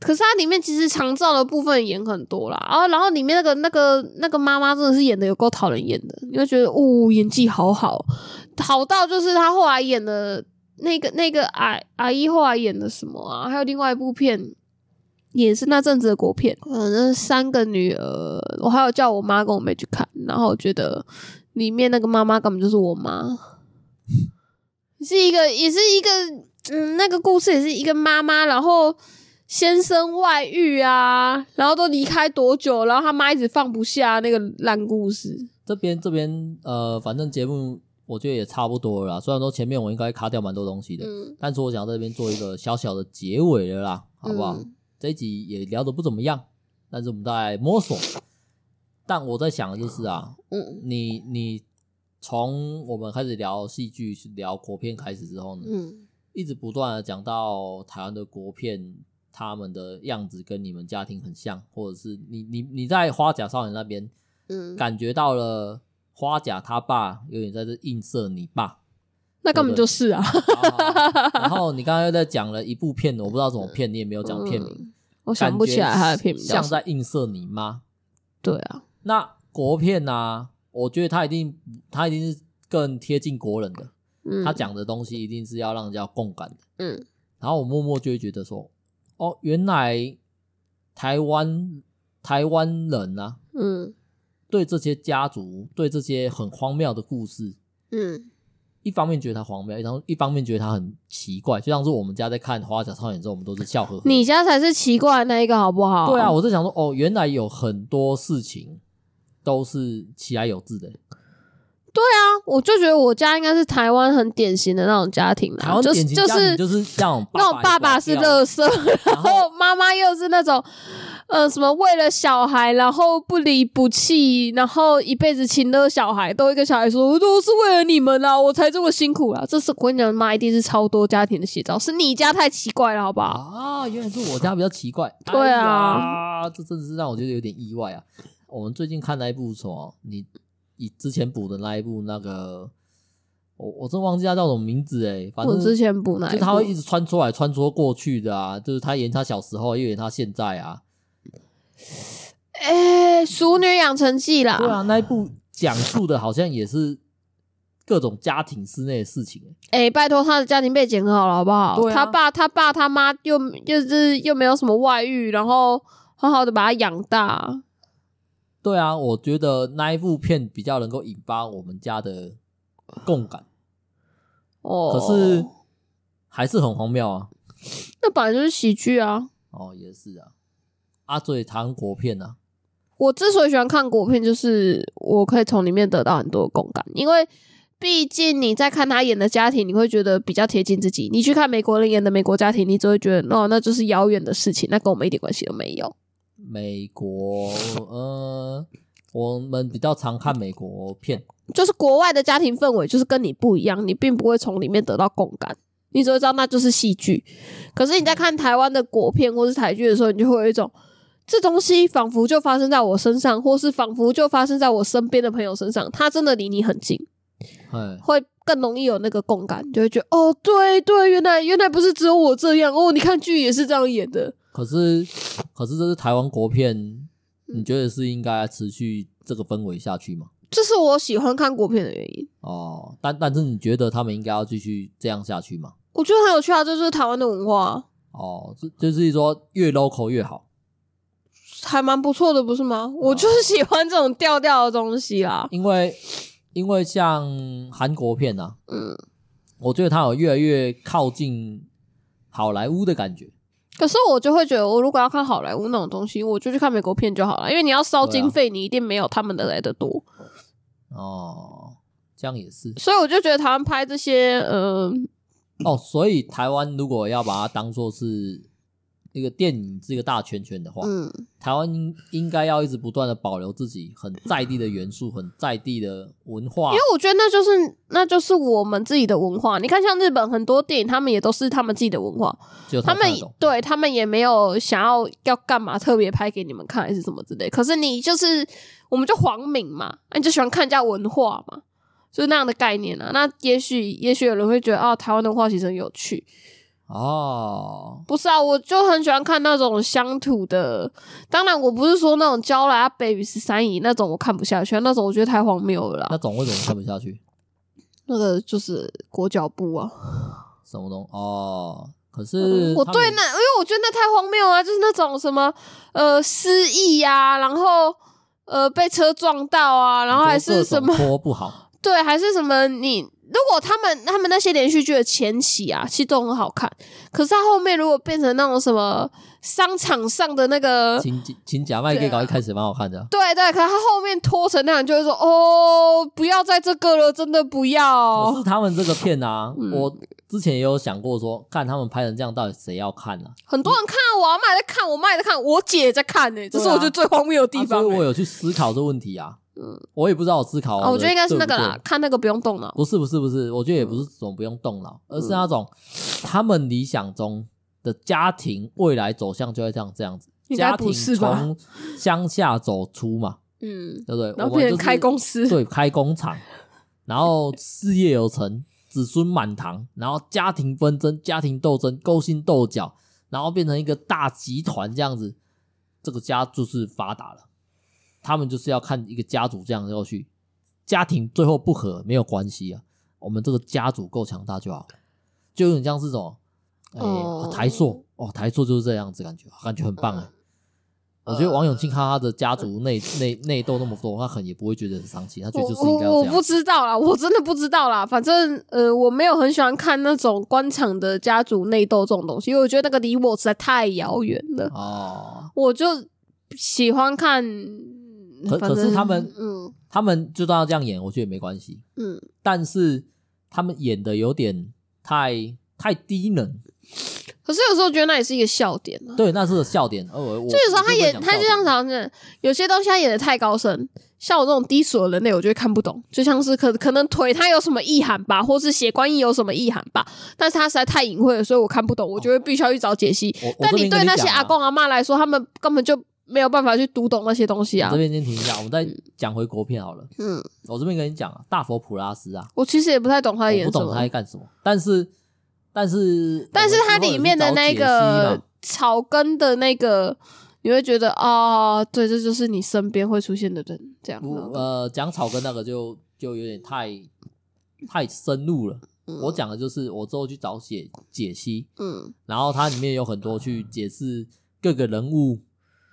[SPEAKER 3] 可是它里面其实长照的部分演很多啦，啊，然后里面那个那个那个妈妈真的是演的有够讨人厌的，你会觉得哦演技好好，好到就是她后来演的那个那个阿阿姨后来演的什么啊，还有另外一部片。也是那阵子的国片，嗯，那三个女儿，我还有叫我妈跟我妹去看，然后我觉得里面那个妈妈根本就是我妈，是一个，也是一个，嗯，那个故事也是一个妈妈，然后先生外遇啊，然后都离开多久，然后他妈一直放不下那个烂故事。
[SPEAKER 1] 这边这边呃，反正节目我觉得也差不多了啦。虽然说前面我应该卡掉蛮多东西的，
[SPEAKER 3] 嗯，
[SPEAKER 1] 但是我想在这边做一个小小的结尾了啦，好不好？
[SPEAKER 3] 嗯
[SPEAKER 1] 这一集也聊得不怎么样，但是我们在摸索。但我在想的就是啊，
[SPEAKER 3] 嗯
[SPEAKER 1] 你你从我们开始聊戏剧、聊国片开始之后呢，
[SPEAKER 3] 嗯
[SPEAKER 1] 一直不断的讲到台湾的国片，他们的样子跟你们家庭很像，或者是你你你在花甲少年那边
[SPEAKER 3] 嗯，
[SPEAKER 1] 感觉到了花甲他爸有点在这映射你爸，
[SPEAKER 3] 那根本就是啊，
[SPEAKER 1] 好哦然 后你刚刚又在讲了一部片，我不知道怎么片，你也没有讲片名，
[SPEAKER 3] 嗯我想不起来他的片名叫
[SPEAKER 1] 像
[SPEAKER 3] 什么。
[SPEAKER 1] 在映射你妈。
[SPEAKER 3] 对啊，
[SPEAKER 1] 那国片啊，我觉得他一定他一定是更贴近国人的，
[SPEAKER 3] 嗯，
[SPEAKER 1] 他讲的东西一定是要让人家有共感的。
[SPEAKER 3] 嗯
[SPEAKER 1] 然后我默默就会觉得说，哦，原来台湾台湾人啊，
[SPEAKER 3] 嗯
[SPEAKER 1] 对这些家族，对这些很荒谬的故事，
[SPEAKER 3] 嗯
[SPEAKER 1] 一方面觉得它荒谬，然后一方面觉得它很奇怪。就像是我们家在看《花甲少年》之后，我们都是笑呵呵。
[SPEAKER 3] 你家才是奇怪的那一个好不好？
[SPEAKER 1] 对啊，，我在想说，哦，原来有很多事情都是其来有自的。
[SPEAKER 3] 我就觉得我家应该是台湾很典型的那种家庭
[SPEAKER 1] 台
[SPEAKER 3] 啦，
[SPEAKER 1] 湾
[SPEAKER 3] 就是
[SPEAKER 1] 典型
[SPEAKER 3] 就
[SPEAKER 1] 家
[SPEAKER 3] 是
[SPEAKER 1] 庭就是这种
[SPEAKER 3] 那种爸爸是
[SPEAKER 1] 乐，
[SPEAKER 3] 乐色，然后 妈妈又是那种，呃，什么为了小孩，然后不离不弃，然后一辈子亲热小孩，都一个小孩说都是为了你们啦，我才这么辛苦啦。啊这是我跟你讲，妈一定是超多家庭的写照，是你家太奇怪了，好不好？
[SPEAKER 1] 啊，原来是我家比较奇怪。
[SPEAKER 3] 对啊
[SPEAKER 1] 哎呀，这真的是让我觉得有点意外啊。我们最近看那一部什么，你你之前补的那一部那个，我我真忘记它叫什么名字哎、反正
[SPEAKER 3] 我之前补哪
[SPEAKER 1] 就
[SPEAKER 3] 一
[SPEAKER 1] 他会一
[SPEAKER 3] 部？
[SPEAKER 1] 直穿梭来穿梭过去的啊，就是他演他小时候，又演他现在啊。
[SPEAKER 3] 哎，《熟女养成记》啦，
[SPEAKER 1] 对啊，那一部讲述的好像也是各种家庭室内的事情欸、
[SPEAKER 3] 哎、拜托他的家庭背景很好了，好不好？
[SPEAKER 1] 对啊
[SPEAKER 3] 他爸、他爸、他妈又就是又没有什么外遇，然后好好的把他养大。
[SPEAKER 1] 对啊，我觉得那一部片比较能够引发我们家的共感，
[SPEAKER 3] 哦，
[SPEAKER 1] 可是还是很荒谬啊。
[SPEAKER 3] 那本来就是喜剧啊。
[SPEAKER 1] 哦，也是啊。啊，所以韩国片啊，
[SPEAKER 3] 我之所以喜欢看国片，就是我可以从里面得到很多共感，因为毕竟你在看他演的家庭，你会觉得比较贴近自己。你去看美国人演的美国家庭，你只会觉得哦，那就是遥远的事情，那跟我们一点关系都没有。
[SPEAKER 1] 美国，呃，我们比较常看美国片，
[SPEAKER 3] 就是国外的家庭氛围，就是跟你不一样，你并不会从里面得到共感，你只会知道那就是戏剧。可是你在看台湾的国片或是台剧的时候，你就会有一种这东西仿佛就发生在我身上，或是仿佛就发生在我身边的朋友身上，它真的离你很近。
[SPEAKER 1] 哎，
[SPEAKER 3] 会更容易有那个共感，就会觉得哦，对对，原来原来不是只有我这样哦，你看剧也是这样演的，嗯
[SPEAKER 1] 可是，可是这是台湾国片你觉得是应该持续这个氛围下去吗？
[SPEAKER 3] 这是我喜欢看国片的原因。
[SPEAKER 1] 哦，但但是你觉得他们应该要继续这样下去吗？
[SPEAKER 3] 我觉得很有趣啊，这就是台湾的文化啊，
[SPEAKER 1] 哦，就就是说越 local 越好，
[SPEAKER 3] 还蛮不错的，不是吗？我就是喜欢这种调调的东西啦。
[SPEAKER 1] 因为因为像韩国片啊，
[SPEAKER 3] 嗯，
[SPEAKER 1] 我觉得它有越来越靠近好莱坞的感觉。
[SPEAKER 3] 可是我就会觉得，我如果要看好莱坞那种东西，我就去看美国片就好了，因为你要烧经费，你一定没有他们的来的多。
[SPEAKER 1] 哦，这样也是
[SPEAKER 3] 所以我就觉得台湾拍这些，呃，
[SPEAKER 1] 哦。所以台湾如果要把它当做是一个电影是一个大圈圈的话，
[SPEAKER 3] 嗯，
[SPEAKER 1] 台湾应应该要一直不断的保留自己很在地的元素，很在地的文化
[SPEAKER 3] 因为。我觉得那就是那就是我们自己的文化。你看，像日本很多电影，他们也都是他们自己的文化，
[SPEAKER 1] 就
[SPEAKER 3] 他们
[SPEAKER 1] 看得懂
[SPEAKER 3] 对他们也没有想要要干嘛特别拍给你们看还是什么之类。可是你就是我们就皇民嘛，啊你就喜欢看人家文化嘛，就是那样的概念啊。那也许也许有人会觉得啊，台湾的文化其实很有趣，
[SPEAKER 1] 哦，
[SPEAKER 3] 不是啊，我就很喜欢看那种乡土的。当然，我不是说那种娇兰、啊、baby 十三姨那种，我看不下去啊，那种我觉得太荒谬了
[SPEAKER 1] 那
[SPEAKER 3] 啦。
[SPEAKER 1] 种为什么看不下去？
[SPEAKER 3] 那个就是裹脚布啊，
[SPEAKER 1] 什么东哦？可是
[SPEAKER 3] 嗯我
[SPEAKER 1] 他
[SPEAKER 3] 对
[SPEAKER 1] 们
[SPEAKER 3] 那，因为我觉得那太荒谬了，啊就是那种什么呃失忆呀、然后呃被车撞到啊，然后还
[SPEAKER 1] 你
[SPEAKER 3] 是
[SPEAKER 1] 说
[SPEAKER 3] 什
[SPEAKER 1] 嗯各种
[SPEAKER 3] 么
[SPEAKER 1] 拖不 好
[SPEAKER 3] 对，还是什么你如果他们他们那些连续剧的前期啊，其实都很好看，可是他后面如果变成那种什么商场上的那个
[SPEAKER 1] 请请假麦给搞一开始蛮好看的啊，
[SPEAKER 3] 对对，可是他后面拖成那样，就会说哦，不要再这个了，真的不要
[SPEAKER 1] 可。是他们这个片啊，
[SPEAKER 3] 嗯
[SPEAKER 1] 我之前也有想过说，看他们拍成这样，到底谁要看啊？
[SPEAKER 3] 很多人看啊，我阿妈也在看，我妈也在看，我姐也在看呢、这是
[SPEAKER 1] 对啊
[SPEAKER 3] 我觉得最荒谬的地
[SPEAKER 1] 啊
[SPEAKER 3] 方、
[SPEAKER 1] 所以我
[SPEAKER 3] 欸。嗯
[SPEAKER 1] 有去思考这个问题啊，我也不知道我思考
[SPEAKER 3] 啊，我觉得应该是
[SPEAKER 1] 对
[SPEAKER 3] 那
[SPEAKER 1] 不
[SPEAKER 3] 个啦
[SPEAKER 1] 对，
[SPEAKER 3] 看那个不用动脑。
[SPEAKER 1] 不是不是不是，我觉得也不是总不用动脑，而是那种他们理想中的家庭未来走向就会这样这样子，
[SPEAKER 3] 应该
[SPEAKER 1] 家
[SPEAKER 3] 不
[SPEAKER 1] 庭
[SPEAKER 3] 是吧
[SPEAKER 1] 从乡下走出嘛，
[SPEAKER 3] 嗯，
[SPEAKER 1] 对不对？
[SPEAKER 3] 然后
[SPEAKER 1] 我们
[SPEAKER 3] 变
[SPEAKER 1] 就
[SPEAKER 3] 成
[SPEAKER 1] 是
[SPEAKER 3] 开公司，
[SPEAKER 1] 对，开工厂，然后事业有成，子孙满堂，然后家庭纷争、家庭斗争、勾心斗角，然后变成一个大集团这样子，这个家就是发达了。他们就是要看一个家族这样要去，家庭最后不和没有关系啊，我们这个家族够强大就好，就有点像是什么，哎、
[SPEAKER 3] 哦嗯
[SPEAKER 1] 台塑哦，台塑就是这样子感觉，感觉很棒哎、我
[SPEAKER 3] 呃
[SPEAKER 1] 觉得王永庆看他的家族内内内斗那么多，他可能也不会觉得很伤心，他觉
[SPEAKER 3] 我
[SPEAKER 1] 得就是应该
[SPEAKER 3] 我
[SPEAKER 1] 要
[SPEAKER 3] 我
[SPEAKER 1] 这
[SPEAKER 3] 不
[SPEAKER 1] 样。
[SPEAKER 3] 知道啦，我真的不知道啦。反正呃，我没有很喜欢看那种官场的家族内斗这种东西，因为我觉得那个离我实在太遥远了。
[SPEAKER 1] 哦，
[SPEAKER 3] 我就喜欢看，
[SPEAKER 1] 可
[SPEAKER 3] 反
[SPEAKER 1] 可是
[SPEAKER 3] 正
[SPEAKER 1] 他们
[SPEAKER 3] 嗯
[SPEAKER 1] 他们就算要这样演，我觉得也没关系。
[SPEAKER 3] 嗯，
[SPEAKER 1] 但是他们演的有点太太低能，
[SPEAKER 3] 可是有时候觉得那也是一个笑点啊。
[SPEAKER 1] 对，那是个笑点。呃，我
[SPEAKER 3] 就有时候他演，他就像
[SPEAKER 1] 子，
[SPEAKER 3] 常是有些东西他演的太高深，像我这种低俗的人类，我就会看不懂。就像是可可能腿它有什么意涵吧，或是血观音有什么意涵吧，但是它实在太隐晦了，所以我看不懂，我就会必须要去找解析。
[SPEAKER 1] 我我
[SPEAKER 3] 但
[SPEAKER 1] 这边跟
[SPEAKER 3] 对
[SPEAKER 1] 你
[SPEAKER 3] 那些
[SPEAKER 1] 讲啊
[SPEAKER 3] 阿公阿妈来说，他们根本就没有办法去读懂那些东西
[SPEAKER 1] 我
[SPEAKER 3] 啊
[SPEAKER 1] 这。边先停一下，我们再讲回国片好了。
[SPEAKER 3] 嗯，
[SPEAKER 1] 我这边跟你讲啊，大佛普拉斯啊，
[SPEAKER 3] 我其实也不太懂他
[SPEAKER 1] 我
[SPEAKER 3] 在演
[SPEAKER 1] 不
[SPEAKER 3] 什
[SPEAKER 1] 懂他在
[SPEAKER 3] 么，
[SPEAKER 1] 干什么，但是但是
[SPEAKER 3] 但是它里面的那个
[SPEAKER 1] 我
[SPEAKER 3] 草根的那个。你会觉得啊、对，这就是你身边会出现的人，这样。
[SPEAKER 1] 们有机会去找解析嘛不呃讲草根那个就就有点太太深入了。
[SPEAKER 3] 嗯
[SPEAKER 1] 我，讲的就是我之后去找解解析，
[SPEAKER 3] 嗯
[SPEAKER 1] 然后它里面有很多去解释各个人物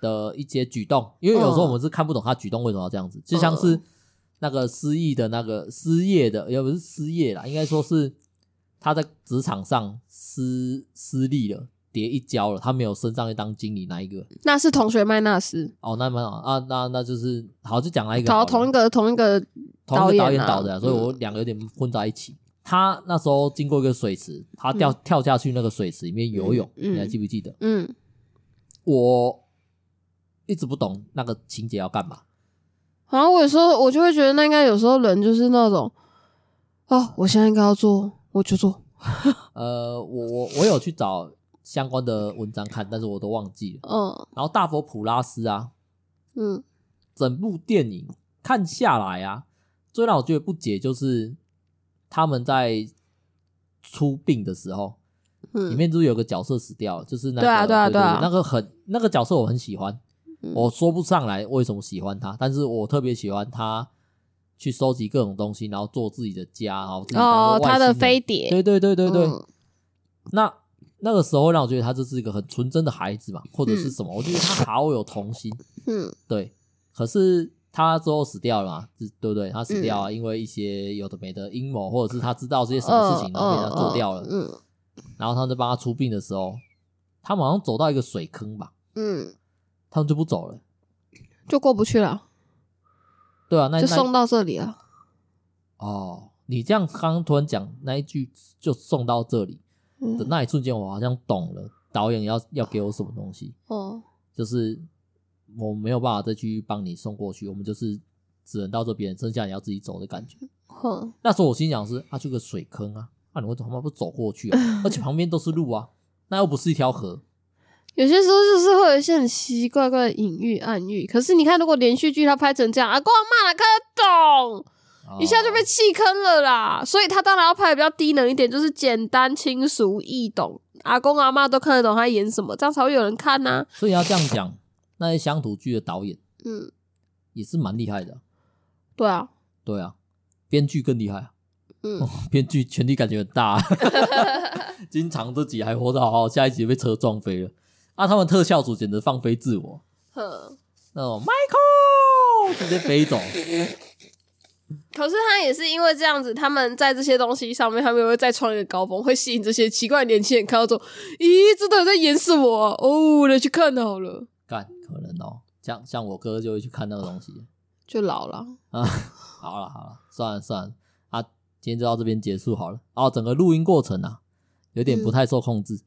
[SPEAKER 1] 的一些举动，因为有时候
[SPEAKER 3] 嗯
[SPEAKER 1] 我们是看不懂他举动为什么要这样子，就像是那个失意的那个失业的，也不是失业啦，应该说是他在职场上失失利了，跌一跤了，他没有升上去当经理那一个，
[SPEAKER 3] 那是同学麦纳斯。
[SPEAKER 1] 哦，那蛮好啊，那那就是好就讲那一个好
[SPEAKER 3] 找
[SPEAKER 1] 了，
[SPEAKER 3] 同一个同一个
[SPEAKER 1] 同一个导
[SPEAKER 3] 导演
[SPEAKER 1] 演
[SPEAKER 3] 啊
[SPEAKER 1] 导的啊、所以我两个有点混在一起。他那时候经过一个水池，他掉、跳下去那个水池里面游泳，
[SPEAKER 3] 嗯嗯嗯
[SPEAKER 1] 你还记不记得？
[SPEAKER 3] 嗯，
[SPEAKER 1] 我一直不懂那个情节要干嘛。
[SPEAKER 3] 然后我有时候我就会觉得，那应该有时候人就是那种，哦，我现在应该要做，我就做。
[SPEAKER 1] 呃，我我我有去找相关的文章看，但是我都忘记了。
[SPEAKER 3] 嗯
[SPEAKER 1] 然后大佛普拉斯啊，
[SPEAKER 3] 嗯
[SPEAKER 1] 整部电影看下来啊，最让我觉得不解就是他们在出殡的时候，里
[SPEAKER 3] 嗯
[SPEAKER 1] 面就是有个角色死掉了，就是那个
[SPEAKER 3] 对啊对啊
[SPEAKER 1] 对
[SPEAKER 3] 嗯对啊
[SPEAKER 1] 那个很那个角色我很喜欢，我说不上来为什么喜欢它，但是我特别喜欢它去收集各种东西，然后做自己的家，然后自己当
[SPEAKER 2] 哦，
[SPEAKER 1] 做外
[SPEAKER 2] 它的
[SPEAKER 1] 星人
[SPEAKER 2] 飞碟，
[SPEAKER 1] 对对对对对，
[SPEAKER 2] 嗯
[SPEAKER 1] 那那个时候让我觉得他就是一个很纯真的孩子嘛，或者是什么，我觉得他好有童心。
[SPEAKER 2] 嗯，
[SPEAKER 1] 对，可是他之后死掉了嘛，是对不对？他死掉
[SPEAKER 2] 嗯
[SPEAKER 1] 啊，因为一些有的没的阴谋，或者是他知道这些什么事情，然后被他做掉了。
[SPEAKER 2] 哦嗯
[SPEAKER 1] 然后他们在帮他出殡的时候，他们好像走到一个水坑吧，
[SPEAKER 2] 嗯，
[SPEAKER 1] 他们就不走了。
[SPEAKER 2] 就过不去了，
[SPEAKER 1] 对啊，那
[SPEAKER 2] 就
[SPEAKER 1] 那
[SPEAKER 2] 送到这里了。
[SPEAKER 1] 哦，你这样刚刚突然讲那一句，就送到这里的
[SPEAKER 2] 嗯，
[SPEAKER 1] 那一瞬间，我好像懂了导演要要给我什么东西。
[SPEAKER 2] 哦，
[SPEAKER 1] 就是我没有办法再去帮你送过去，我们就是只能到这边，剩下你要自己走的感觉。
[SPEAKER 2] 嗯哼，
[SPEAKER 1] 那时候我心想是，啊，就个水坑啊，啊，你为什么他妈不走过去啊？而且旁边都是路啊，那又不是一条河。
[SPEAKER 2] 有些时候就是会有一些很奇奇怪怪的隐喻、暗喻。可是你看，如果连续剧它拍成这样，阿公阿嬷哪看得懂？
[SPEAKER 1] 哦
[SPEAKER 2] 一下就被弃坑了啦。所以他当然要拍的比较低能一点，就是简单、清俗、易懂，阿公阿嬷都看得懂他演什么，这样才会有人看啊呐、
[SPEAKER 1] 所以要这样讲，那些乡土剧的导演
[SPEAKER 2] 嗯，
[SPEAKER 1] 也是蛮厉害的啊，
[SPEAKER 2] 对啊，
[SPEAKER 1] 对啊，编剧更厉害啊。
[SPEAKER 2] 嗯
[SPEAKER 1] 哦，编剧权力感觉很大、啊，经常自己还活得好好，下一集被车撞飞了。啊，他们特效组简直放飞自我，
[SPEAKER 2] 哼。
[SPEAKER 1] 那种 Michael 直接飞走。
[SPEAKER 2] 可是他也是因为这样子，他们在这些东西上面，他们也会再创一个高峰，会吸引这些奇怪的年轻人看到说：“咦，这到底在演什么啊、哦，来去看好了，
[SPEAKER 1] 干，可能哦。像像我哥就会去看那个东西
[SPEAKER 2] 就老了。
[SPEAKER 1] 啊。 好了好了，算了算了啊，今天就到这边结束好了。哦，整个录音过程啊，有点不太受控制。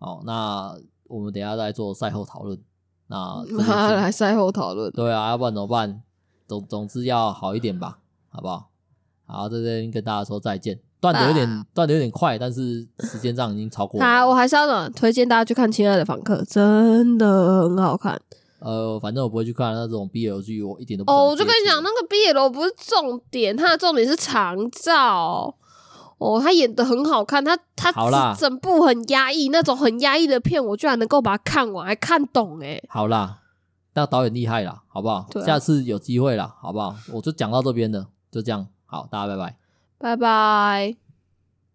[SPEAKER 1] 哦，那我们等一下再做赛后讨论。那这件事
[SPEAKER 2] 妈来赛后讨论，
[SPEAKER 1] 对啊，要不然怎么办？总总之要好一点吧，好不好？好，在这边跟大家说再见。断的有点断的有点快，但是时间上已经超过 了。
[SPEAKER 2] 啊好，我还是要呢推荐大家去看《亲爱的访客》，真的很好看。
[SPEAKER 1] 呃，反正我不会去看那种 BL 剧，我一点都不
[SPEAKER 2] 哦，
[SPEAKER 1] 想
[SPEAKER 2] 我就
[SPEAKER 1] 接
[SPEAKER 2] 跟你
[SPEAKER 1] 触
[SPEAKER 2] 讲，那个 BL 不是重点，它的重点是长照。哦，他演的很好看，他他
[SPEAKER 1] 好啦
[SPEAKER 2] 整部很压抑，那种很压抑的片，我居然能够把它看完，还看懂哎、
[SPEAKER 1] 好啦，那导演厉害啦，好不好？
[SPEAKER 2] 对啊
[SPEAKER 1] 下次有机会啦，好不好？我就讲到这边了，就这样，好，大家拜拜。
[SPEAKER 2] 拜拜。